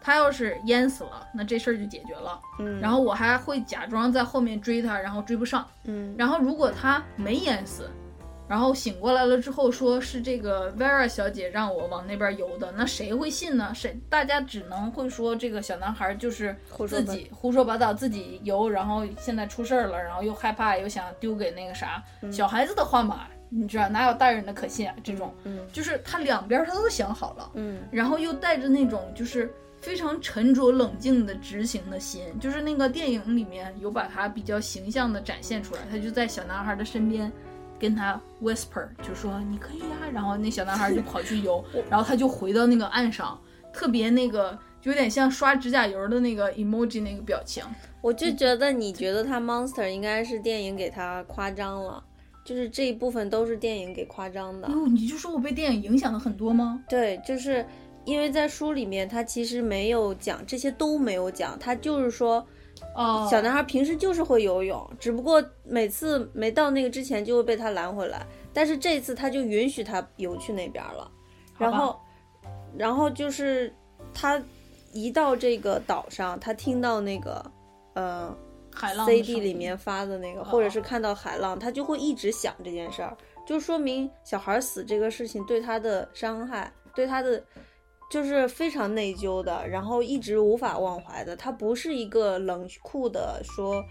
[SPEAKER 2] 他要是淹死了，那这事儿就解决了。
[SPEAKER 1] 嗯，
[SPEAKER 2] 然后我还会假装在后面追他，然后追不上。
[SPEAKER 1] 嗯，
[SPEAKER 2] 然后如果他没淹死，然后醒过来了之后说是这个 Vera 小姐让我往那边游的，那谁会信呢？谁大家只能会说这个小男孩就是
[SPEAKER 1] 胡说
[SPEAKER 2] 自
[SPEAKER 1] 八
[SPEAKER 2] 己胡说八道，自己游，然后现在出事儿了，然后又害怕又想丢给那个啥、
[SPEAKER 1] 嗯
[SPEAKER 2] 小孩子的话嘛，你知道哪有大人的可信啊？这种
[SPEAKER 1] 嗯
[SPEAKER 2] 就是他两边他都想好了。
[SPEAKER 1] 嗯
[SPEAKER 2] 然后又带着那种就是非常沉着冷静的执行的心，就是那个电影里面有把他比较形象的展现出来，他就在小男孩的身边。跟他 whisper 就说你可以 啊，然后那小男孩就跑去游，然后他就回到那个岸上，特别那个就有点像刷指甲油的那个 emoji 那个表情，
[SPEAKER 1] 我就觉得你觉得他 monster 应该是电影给他夸张了，就是这一部分都是电影给夸张的。
[SPEAKER 2] 哟，你就说我被电影影响的很多吗？
[SPEAKER 1] 对，就是因为在书里面他其实没有讲这些都没有讲，他就是说
[SPEAKER 2] 哦、
[SPEAKER 1] 小男孩平时就是会游泳，只不过每次没到那个之前就会被他拦回来，但是这次他就允许他游去那边了，
[SPEAKER 2] 好吧
[SPEAKER 1] 然后，然后就是他一到这个岛上，他听到那个呃
[SPEAKER 2] 海浪的
[SPEAKER 1] CD
[SPEAKER 2] 声
[SPEAKER 1] 里
[SPEAKER 2] 音哦
[SPEAKER 1] 面发的那个，或者是看到海浪，他就会一直想这件事儿，就说明小孩死这个事情对他的伤害，对他的就是非常内疚的，然后一直无法忘怀的。他不是一个冷酷的说，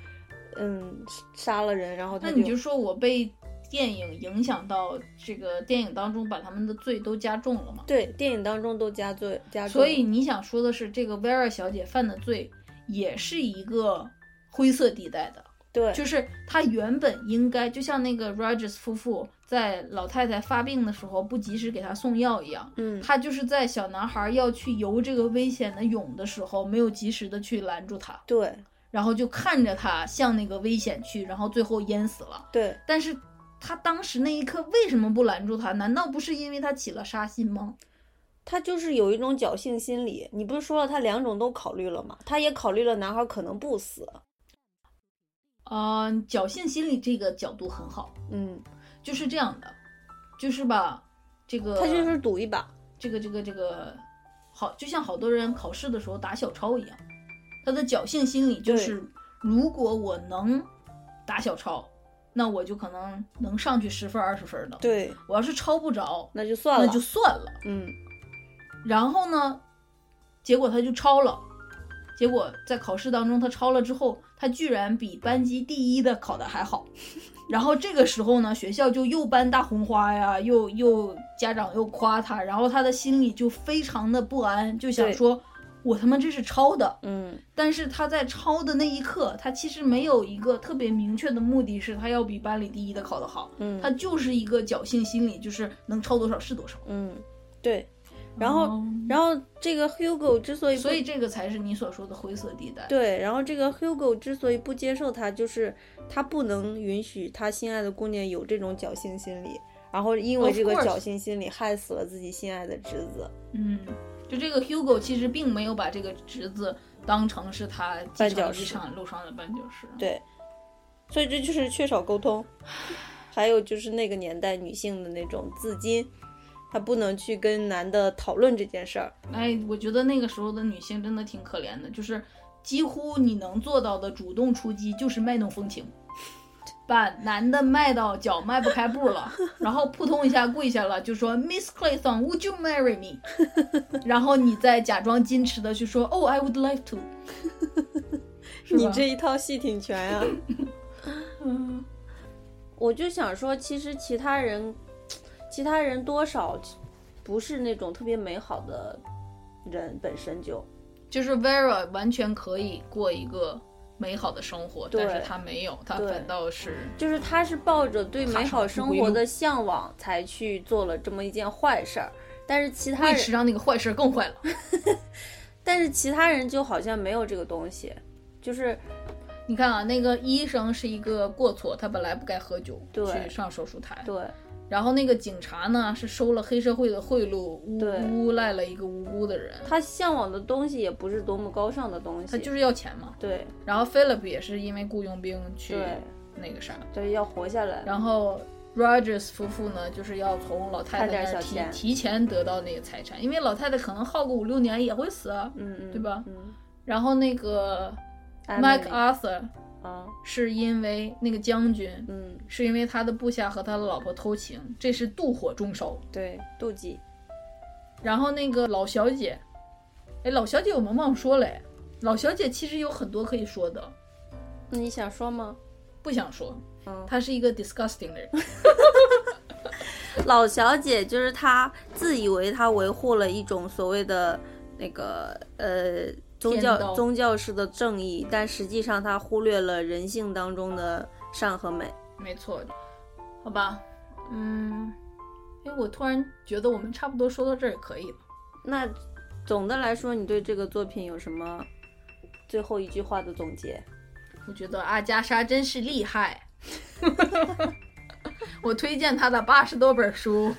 [SPEAKER 1] 嗯，杀了人，然后他
[SPEAKER 2] 那你就说我被电影影响到，这个电影当中把他们的罪都加重了嘛？
[SPEAKER 1] 对电影当中都加罪加重，
[SPEAKER 2] 所以你想说的是，这个 Vera 小姐犯的罪也是一个灰色地带的，
[SPEAKER 1] 对，
[SPEAKER 2] 就是她原本应该就像那个 Rogers 夫妇在老太太发病的时候不及时给她送药一样。
[SPEAKER 1] 嗯，
[SPEAKER 2] 她就是在小男孩要去游这个危险的泳的时候，没有及时的去拦住他，
[SPEAKER 1] 对
[SPEAKER 2] 然后就看着他向那个危险去，然后最后淹死了。
[SPEAKER 1] 对，
[SPEAKER 2] 但是他当时那一刻为什么不拦住他？难道不是因为他起了杀心吗？
[SPEAKER 1] 他就是有一种侥幸心理。你不是说了他两种都考虑了吗？他也考虑了男孩可能不死，
[SPEAKER 2] 嗯、侥幸心理这个角度很好，
[SPEAKER 1] 嗯，
[SPEAKER 2] 就是这样的，就是吧，这个
[SPEAKER 1] 他就是赌一把，
[SPEAKER 2] 这个这个这个好，就像好多人考试的时候打小抄一样，他的侥幸心理就是如果我能打小抄，那我就可能能上去十分二十分的。
[SPEAKER 1] 对，
[SPEAKER 2] 我要是抄不着，
[SPEAKER 1] 那就算
[SPEAKER 2] 那
[SPEAKER 1] 了，
[SPEAKER 2] 就算了。
[SPEAKER 1] 嗯
[SPEAKER 2] 然后呢，结果他就抄了，结果在考试当中他抄了之后，他居然比班级第一的考得还好。然后这个时候呢，学校就又搬大红花呀，又又家长又夸他，然后他的心里就非常的不安，就想
[SPEAKER 1] 对
[SPEAKER 2] 说，我他妈这是抄的。
[SPEAKER 1] 嗯
[SPEAKER 2] 但是他在抄的那一刻，他其实没有一个特别明确的目的，是他要比班里第一的考得好，
[SPEAKER 1] 嗯，
[SPEAKER 2] 他就是一个侥幸心理，就是能抄多少是多少。
[SPEAKER 1] 嗯对，然后
[SPEAKER 2] 哦
[SPEAKER 1] 然后这个 Hugo 之所以不
[SPEAKER 2] 所以这个才是你所说的灰色地带。
[SPEAKER 1] 对，然后这个 Hugo 之所以不接受他，就是他不能允许他心爱的姑娘有这种侥幸心理，然后因为
[SPEAKER 2] Of
[SPEAKER 1] 这个
[SPEAKER 2] course
[SPEAKER 1] 侥幸心理害死了自己心爱的侄子。
[SPEAKER 2] 嗯，就这个 Hugo 其实并没有把这个侄子当成是他继
[SPEAKER 1] 绊
[SPEAKER 2] 承
[SPEAKER 1] 脚
[SPEAKER 2] 遗
[SPEAKER 1] 石
[SPEAKER 2] 产路上的绊脚石。
[SPEAKER 1] 对，所以这就是缺少沟 通，还有就是那个年代女性的那种自矜，她不能去跟男的讨论这件事儿。
[SPEAKER 2] 哎，我觉得那个时候的女性真的挺可怜的，就是几乎你能做到的主动出击就是卖弄风情。把男的卖到脚迈不开步了， 然后扑通一下跪下了，就说 Miss Clayton，Would you marry me？然 后你再假装矜持的去说 Oh, I would like to 是吧。
[SPEAKER 1] 你这一套戏挺全啊。
[SPEAKER 2] 嗯
[SPEAKER 1] 我就想说，其实其他人，其他人多少不是那种特别美好的人，本身就
[SPEAKER 2] 就是 Vera 完全可以过一个美好的生活，
[SPEAKER 1] 对
[SPEAKER 2] 但是她没有，她
[SPEAKER 1] 对
[SPEAKER 2] 反倒是
[SPEAKER 1] 就是他是抱着对美好生活的向往才去做了这么一件坏事儿，但是其他
[SPEAKER 2] 为
[SPEAKER 1] 人，
[SPEAKER 2] 此让那个坏事更坏了。
[SPEAKER 1] 但是其他人就好像没有这个东西，就是
[SPEAKER 2] 你看啊，那个医生是一个过错，他本来不该喝酒，
[SPEAKER 1] 对
[SPEAKER 2] 去上手术台。
[SPEAKER 1] 对
[SPEAKER 2] 然后那个警察呢，是收了黑社会的贿赂，诬
[SPEAKER 1] 对
[SPEAKER 2] 诬赖了一个无辜的人，
[SPEAKER 1] 他向往的东西也不是多么高尚的东西，
[SPEAKER 2] 他就是要钱嘛。
[SPEAKER 1] 对
[SPEAKER 2] 然后 Philip 也是因为雇佣兵去
[SPEAKER 1] 对
[SPEAKER 2] 那个啥，
[SPEAKER 1] 对要活下来，
[SPEAKER 2] 然后 Rogers 夫妇呢，就是要从老太
[SPEAKER 1] 差点
[SPEAKER 2] 太
[SPEAKER 1] 小
[SPEAKER 2] 那儿提
[SPEAKER 1] 钱
[SPEAKER 2] 提前得到那个财产，因为老太太可能耗个五六年也会死啊。
[SPEAKER 1] 嗯嗯，
[SPEAKER 2] 对吧
[SPEAKER 1] 嗯
[SPEAKER 2] 然后那个
[SPEAKER 1] Emily
[SPEAKER 2] Mike Arthur
[SPEAKER 1] 啊，
[SPEAKER 2] 是因为那个将军，
[SPEAKER 1] 嗯，
[SPEAKER 2] 是因为他的部下和他的老婆偷情，这是妒火中烧。
[SPEAKER 1] 对，妒忌，
[SPEAKER 2] 然后那个老小姐，哎，老小姐我们忘说了诶，老小姐其实有很多可以说的，
[SPEAKER 1] 那你想说吗？
[SPEAKER 2] 不想说。
[SPEAKER 1] 嗯
[SPEAKER 2] 她是一个 disgusting 的人，
[SPEAKER 1] 老小姐就是她自以为她维护了一种所谓的那个呃宗
[SPEAKER 2] 天
[SPEAKER 1] 教
[SPEAKER 2] 道
[SPEAKER 1] 宗教式的正义，但实际上她忽略了人性当中的善和美。
[SPEAKER 2] 没错，好吧，嗯，哎，我突然觉得我们差不多说到这儿也可以了。
[SPEAKER 1] 那总的来说，你对这个作品有什么最后一句话的总结？
[SPEAKER 2] 我觉得阿加莎真是厉害， 我推荐她的八十多本书。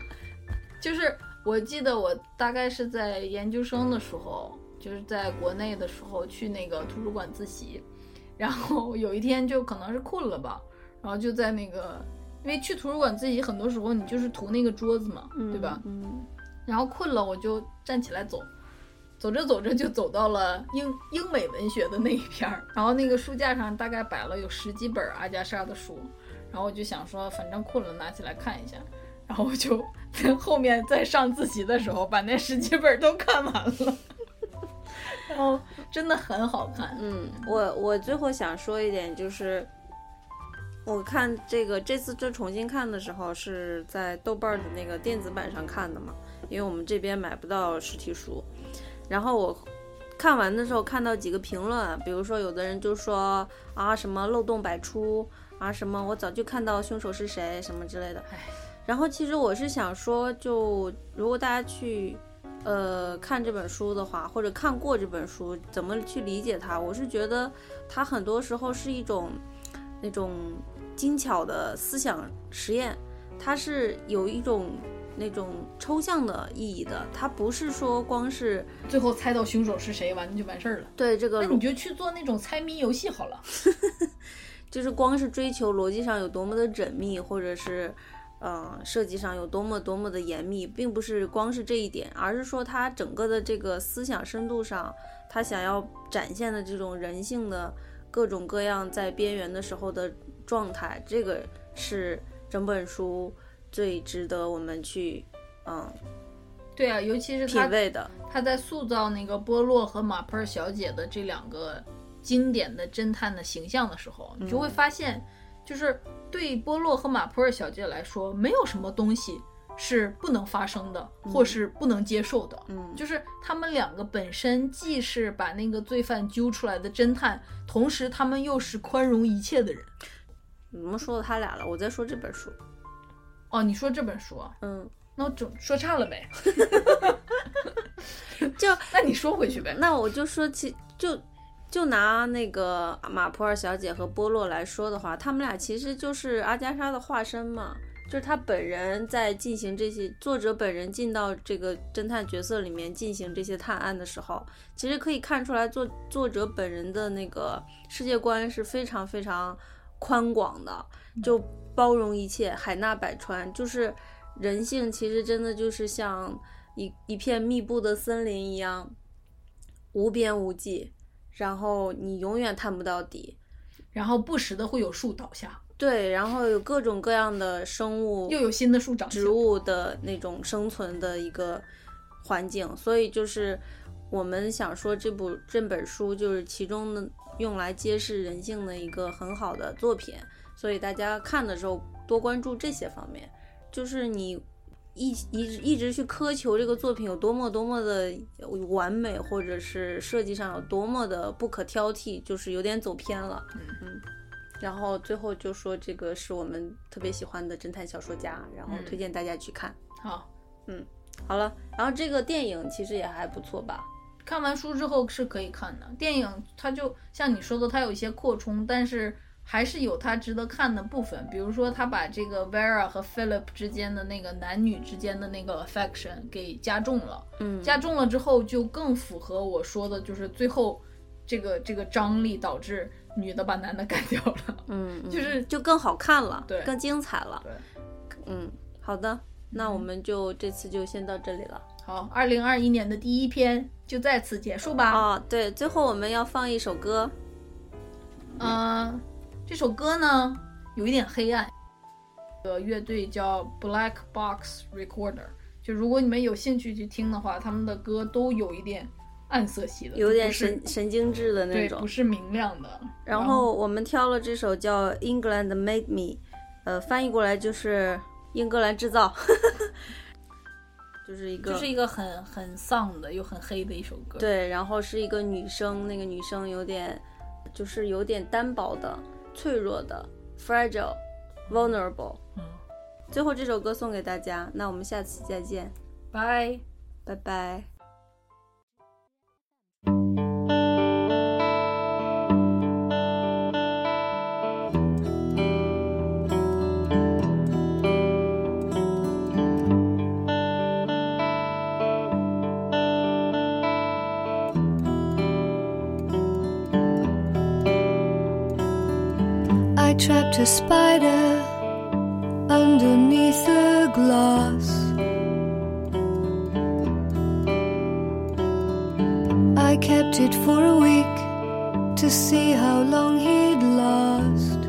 [SPEAKER 2] 就是我记得我大概是在研究生的时候，就是在国内的时候去那个图书馆自习，然后有一天就可能是困了吧，然后就在那个，因为去图书馆自习很多时候你就是图那个桌子嘛，对吧？
[SPEAKER 1] 嗯，
[SPEAKER 2] 然后困了，我就站起来走，走着走着就走到了英英美文学的那一篇儿。然后那个书架上大概摆了有十几本阿加莎的书，然后我就想说，反正困了，拿起来看一下。然后我就 在后面在上自习的时候把那十几本都看完了， 然后真的很好看。
[SPEAKER 1] 嗯，我我最后想说一点就是，我看这个这次这重新看的时候是在豆瓣儿的那个电子版上看的嘛，因为我们这边买不到实体书。然后我看完的时候看到几个评论，比如说有的人就说啊什么漏洞百出啊什么我早就看到凶手是谁什么之类的
[SPEAKER 2] 唉。
[SPEAKER 1] 然后其实我是想说，就如果大家去呃看这本书的话，或者看过这本书，怎么去理解它？我是觉得它很多时候是一种那种精巧的思想实验，它是有一种那种抽象的意义的，它不是说光是
[SPEAKER 2] 最后猜到凶手是谁，完了就完事儿了。
[SPEAKER 1] 对这个
[SPEAKER 2] 那
[SPEAKER 1] 逻
[SPEAKER 2] 你就去做那种猜谜游戏好了。
[SPEAKER 1] 就是光是追求逻辑上有多么的缜密，或者是，呃，设计上有多么多么的严密，并不是光是这一点，而是说他整个的这个思想深度上，他想要展现的这种人性的各种各样在边缘的时候的状态，这个是整本书最值得我们去嗯
[SPEAKER 2] 对啊，尤其是他
[SPEAKER 1] 品味的。
[SPEAKER 2] 他在塑造那个波洛和马佩尔小姐的这两个经典的侦探的形象的时候，
[SPEAKER 1] 嗯
[SPEAKER 2] 你就会发现，就是对波洛和马佩尔小姐来说，没有什么东西是不能发生的，或是不能接受的。
[SPEAKER 1] 嗯
[SPEAKER 2] 就是他们两个本身既是把那个罪犯揪出来的侦探，同时他们又是宽容一切的人。
[SPEAKER 1] 你们说到他俩了，我在说这本书，
[SPEAKER 2] 哦，你说这本书啊，
[SPEAKER 1] 嗯，
[SPEAKER 2] 那我整说差了呗？
[SPEAKER 1] 就
[SPEAKER 2] 那你说回去呗。
[SPEAKER 1] 那我就说其，就就拿那个马普尔小姐和波洛来说的话，他们俩其实就是阿加莎的化身嘛，就是她本人在进行这些作者本人进到这个侦探角色里面进行这些探案的时候，其实可以看出来作作者本人的那个世界观是非常非常宽广的，就包容一切，海纳百川，就是人性其实真的就是像一一片密布的森林一样，无边无际，然后你永远探不到底。
[SPEAKER 2] 然后不时的会有树倒下，
[SPEAKER 1] 对，然后有各种各样的生物、
[SPEAKER 2] 又有新的树长起来
[SPEAKER 1] 植物的那种生存的一个环境，所以就是我们想说这部这本书就是其中的用来揭示人性的一个很好的作品，所以大家看的时候多关注这些方面，就是你。一一直一直去苛求这个作品有多么多么的完美，或者是设计上有多么的不可挑剔，就是有点走偏了。
[SPEAKER 2] 嗯
[SPEAKER 1] 嗯然后最后就说这个是我们特别喜欢的侦探小说家，然后
[SPEAKER 2] 嗯
[SPEAKER 1] 推荐大家去看。
[SPEAKER 2] 好，
[SPEAKER 1] 好了，然后这个电影其实也还不错吧？
[SPEAKER 2] 看完书之后是可以看的。电影它就像你说的，它有一些扩充，但是还是有它值得看的部分。比如说，他把这个 Vera 和 Philip 之间的那个男女之间的那个 affection 给加重了，
[SPEAKER 1] 嗯
[SPEAKER 2] 加重了之后就更符合我说的，就是最后这个这个张力导致女的把男的干掉了。
[SPEAKER 1] 嗯，嗯
[SPEAKER 2] 就是
[SPEAKER 1] 就更好看了，
[SPEAKER 2] 对
[SPEAKER 1] 更精彩了。
[SPEAKER 2] 对，嗯
[SPEAKER 1] 嗯，好的，那我们就这次就先到这里了。
[SPEAKER 2] 好，二零二一年的第一篇就在此结束吧。
[SPEAKER 1] 啊、对，最后我们要放一首歌，
[SPEAKER 2] 嗯，这首歌呢有一点黑暗，呃，乐队叫 Black Box Recorder，就如果你们有兴趣去听的话，他们的歌都有一点暗色系的，
[SPEAKER 1] 有点
[SPEAKER 2] 不是
[SPEAKER 1] 神神经质的那
[SPEAKER 2] 对，
[SPEAKER 1] 种
[SPEAKER 2] 不。是明亮的。
[SPEAKER 1] 然后我们挑了这首叫《England Made Me》，呃，翻译过来就是“英格兰制造”， 就是一个
[SPEAKER 2] 就是一个很很丧的又很黑的一首歌。，
[SPEAKER 1] 对，然后是一个女生，那个女生有点就是有点单薄的、脆弱的 （fragile, vulnerable）。
[SPEAKER 2] 嗯，
[SPEAKER 1] 最后这首歌送给大家，那我们下次再见，
[SPEAKER 2] 拜。
[SPEAKER 1] 拜拜。
[SPEAKER 3] I trapped a spider underneath the glass. I kept it for a week to see how long he'd last.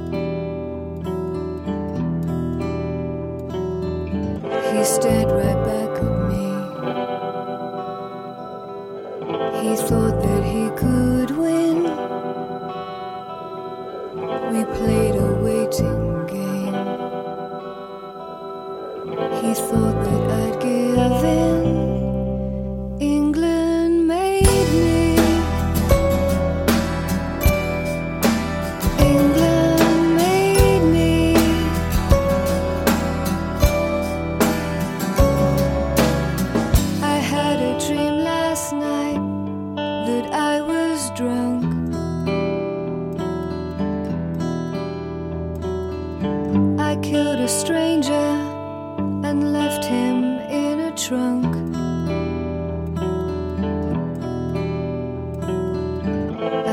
[SPEAKER 3] He stared right back at me. He thought that he could win. We played a waiting game. He thought that I'd give in. England made me. England made me. I had a dream last night that I was drunk. I killed a stranger and left him in a trunk.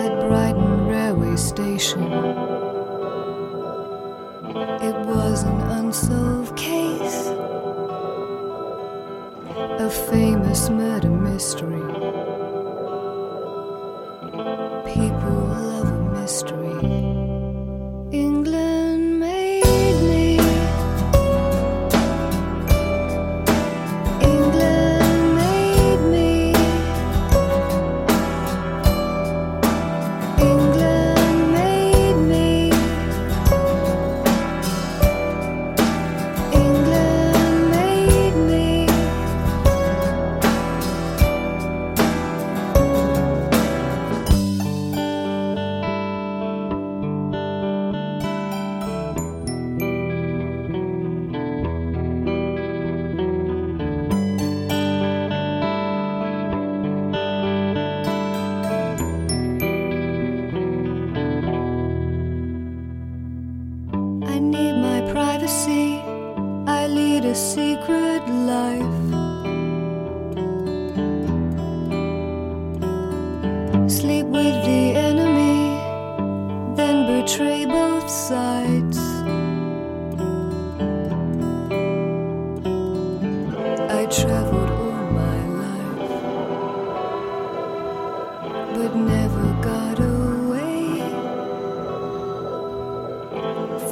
[SPEAKER 3] At Brighton railway station, it was an unsolved case, a famous murder mystery. People love a mystery. England made me. England made me. England made me. England made me. I need my privacy. I lead a secret life. Sleep with the enemy, then betray both sides. I traveled all my life, but never got away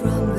[SPEAKER 3] from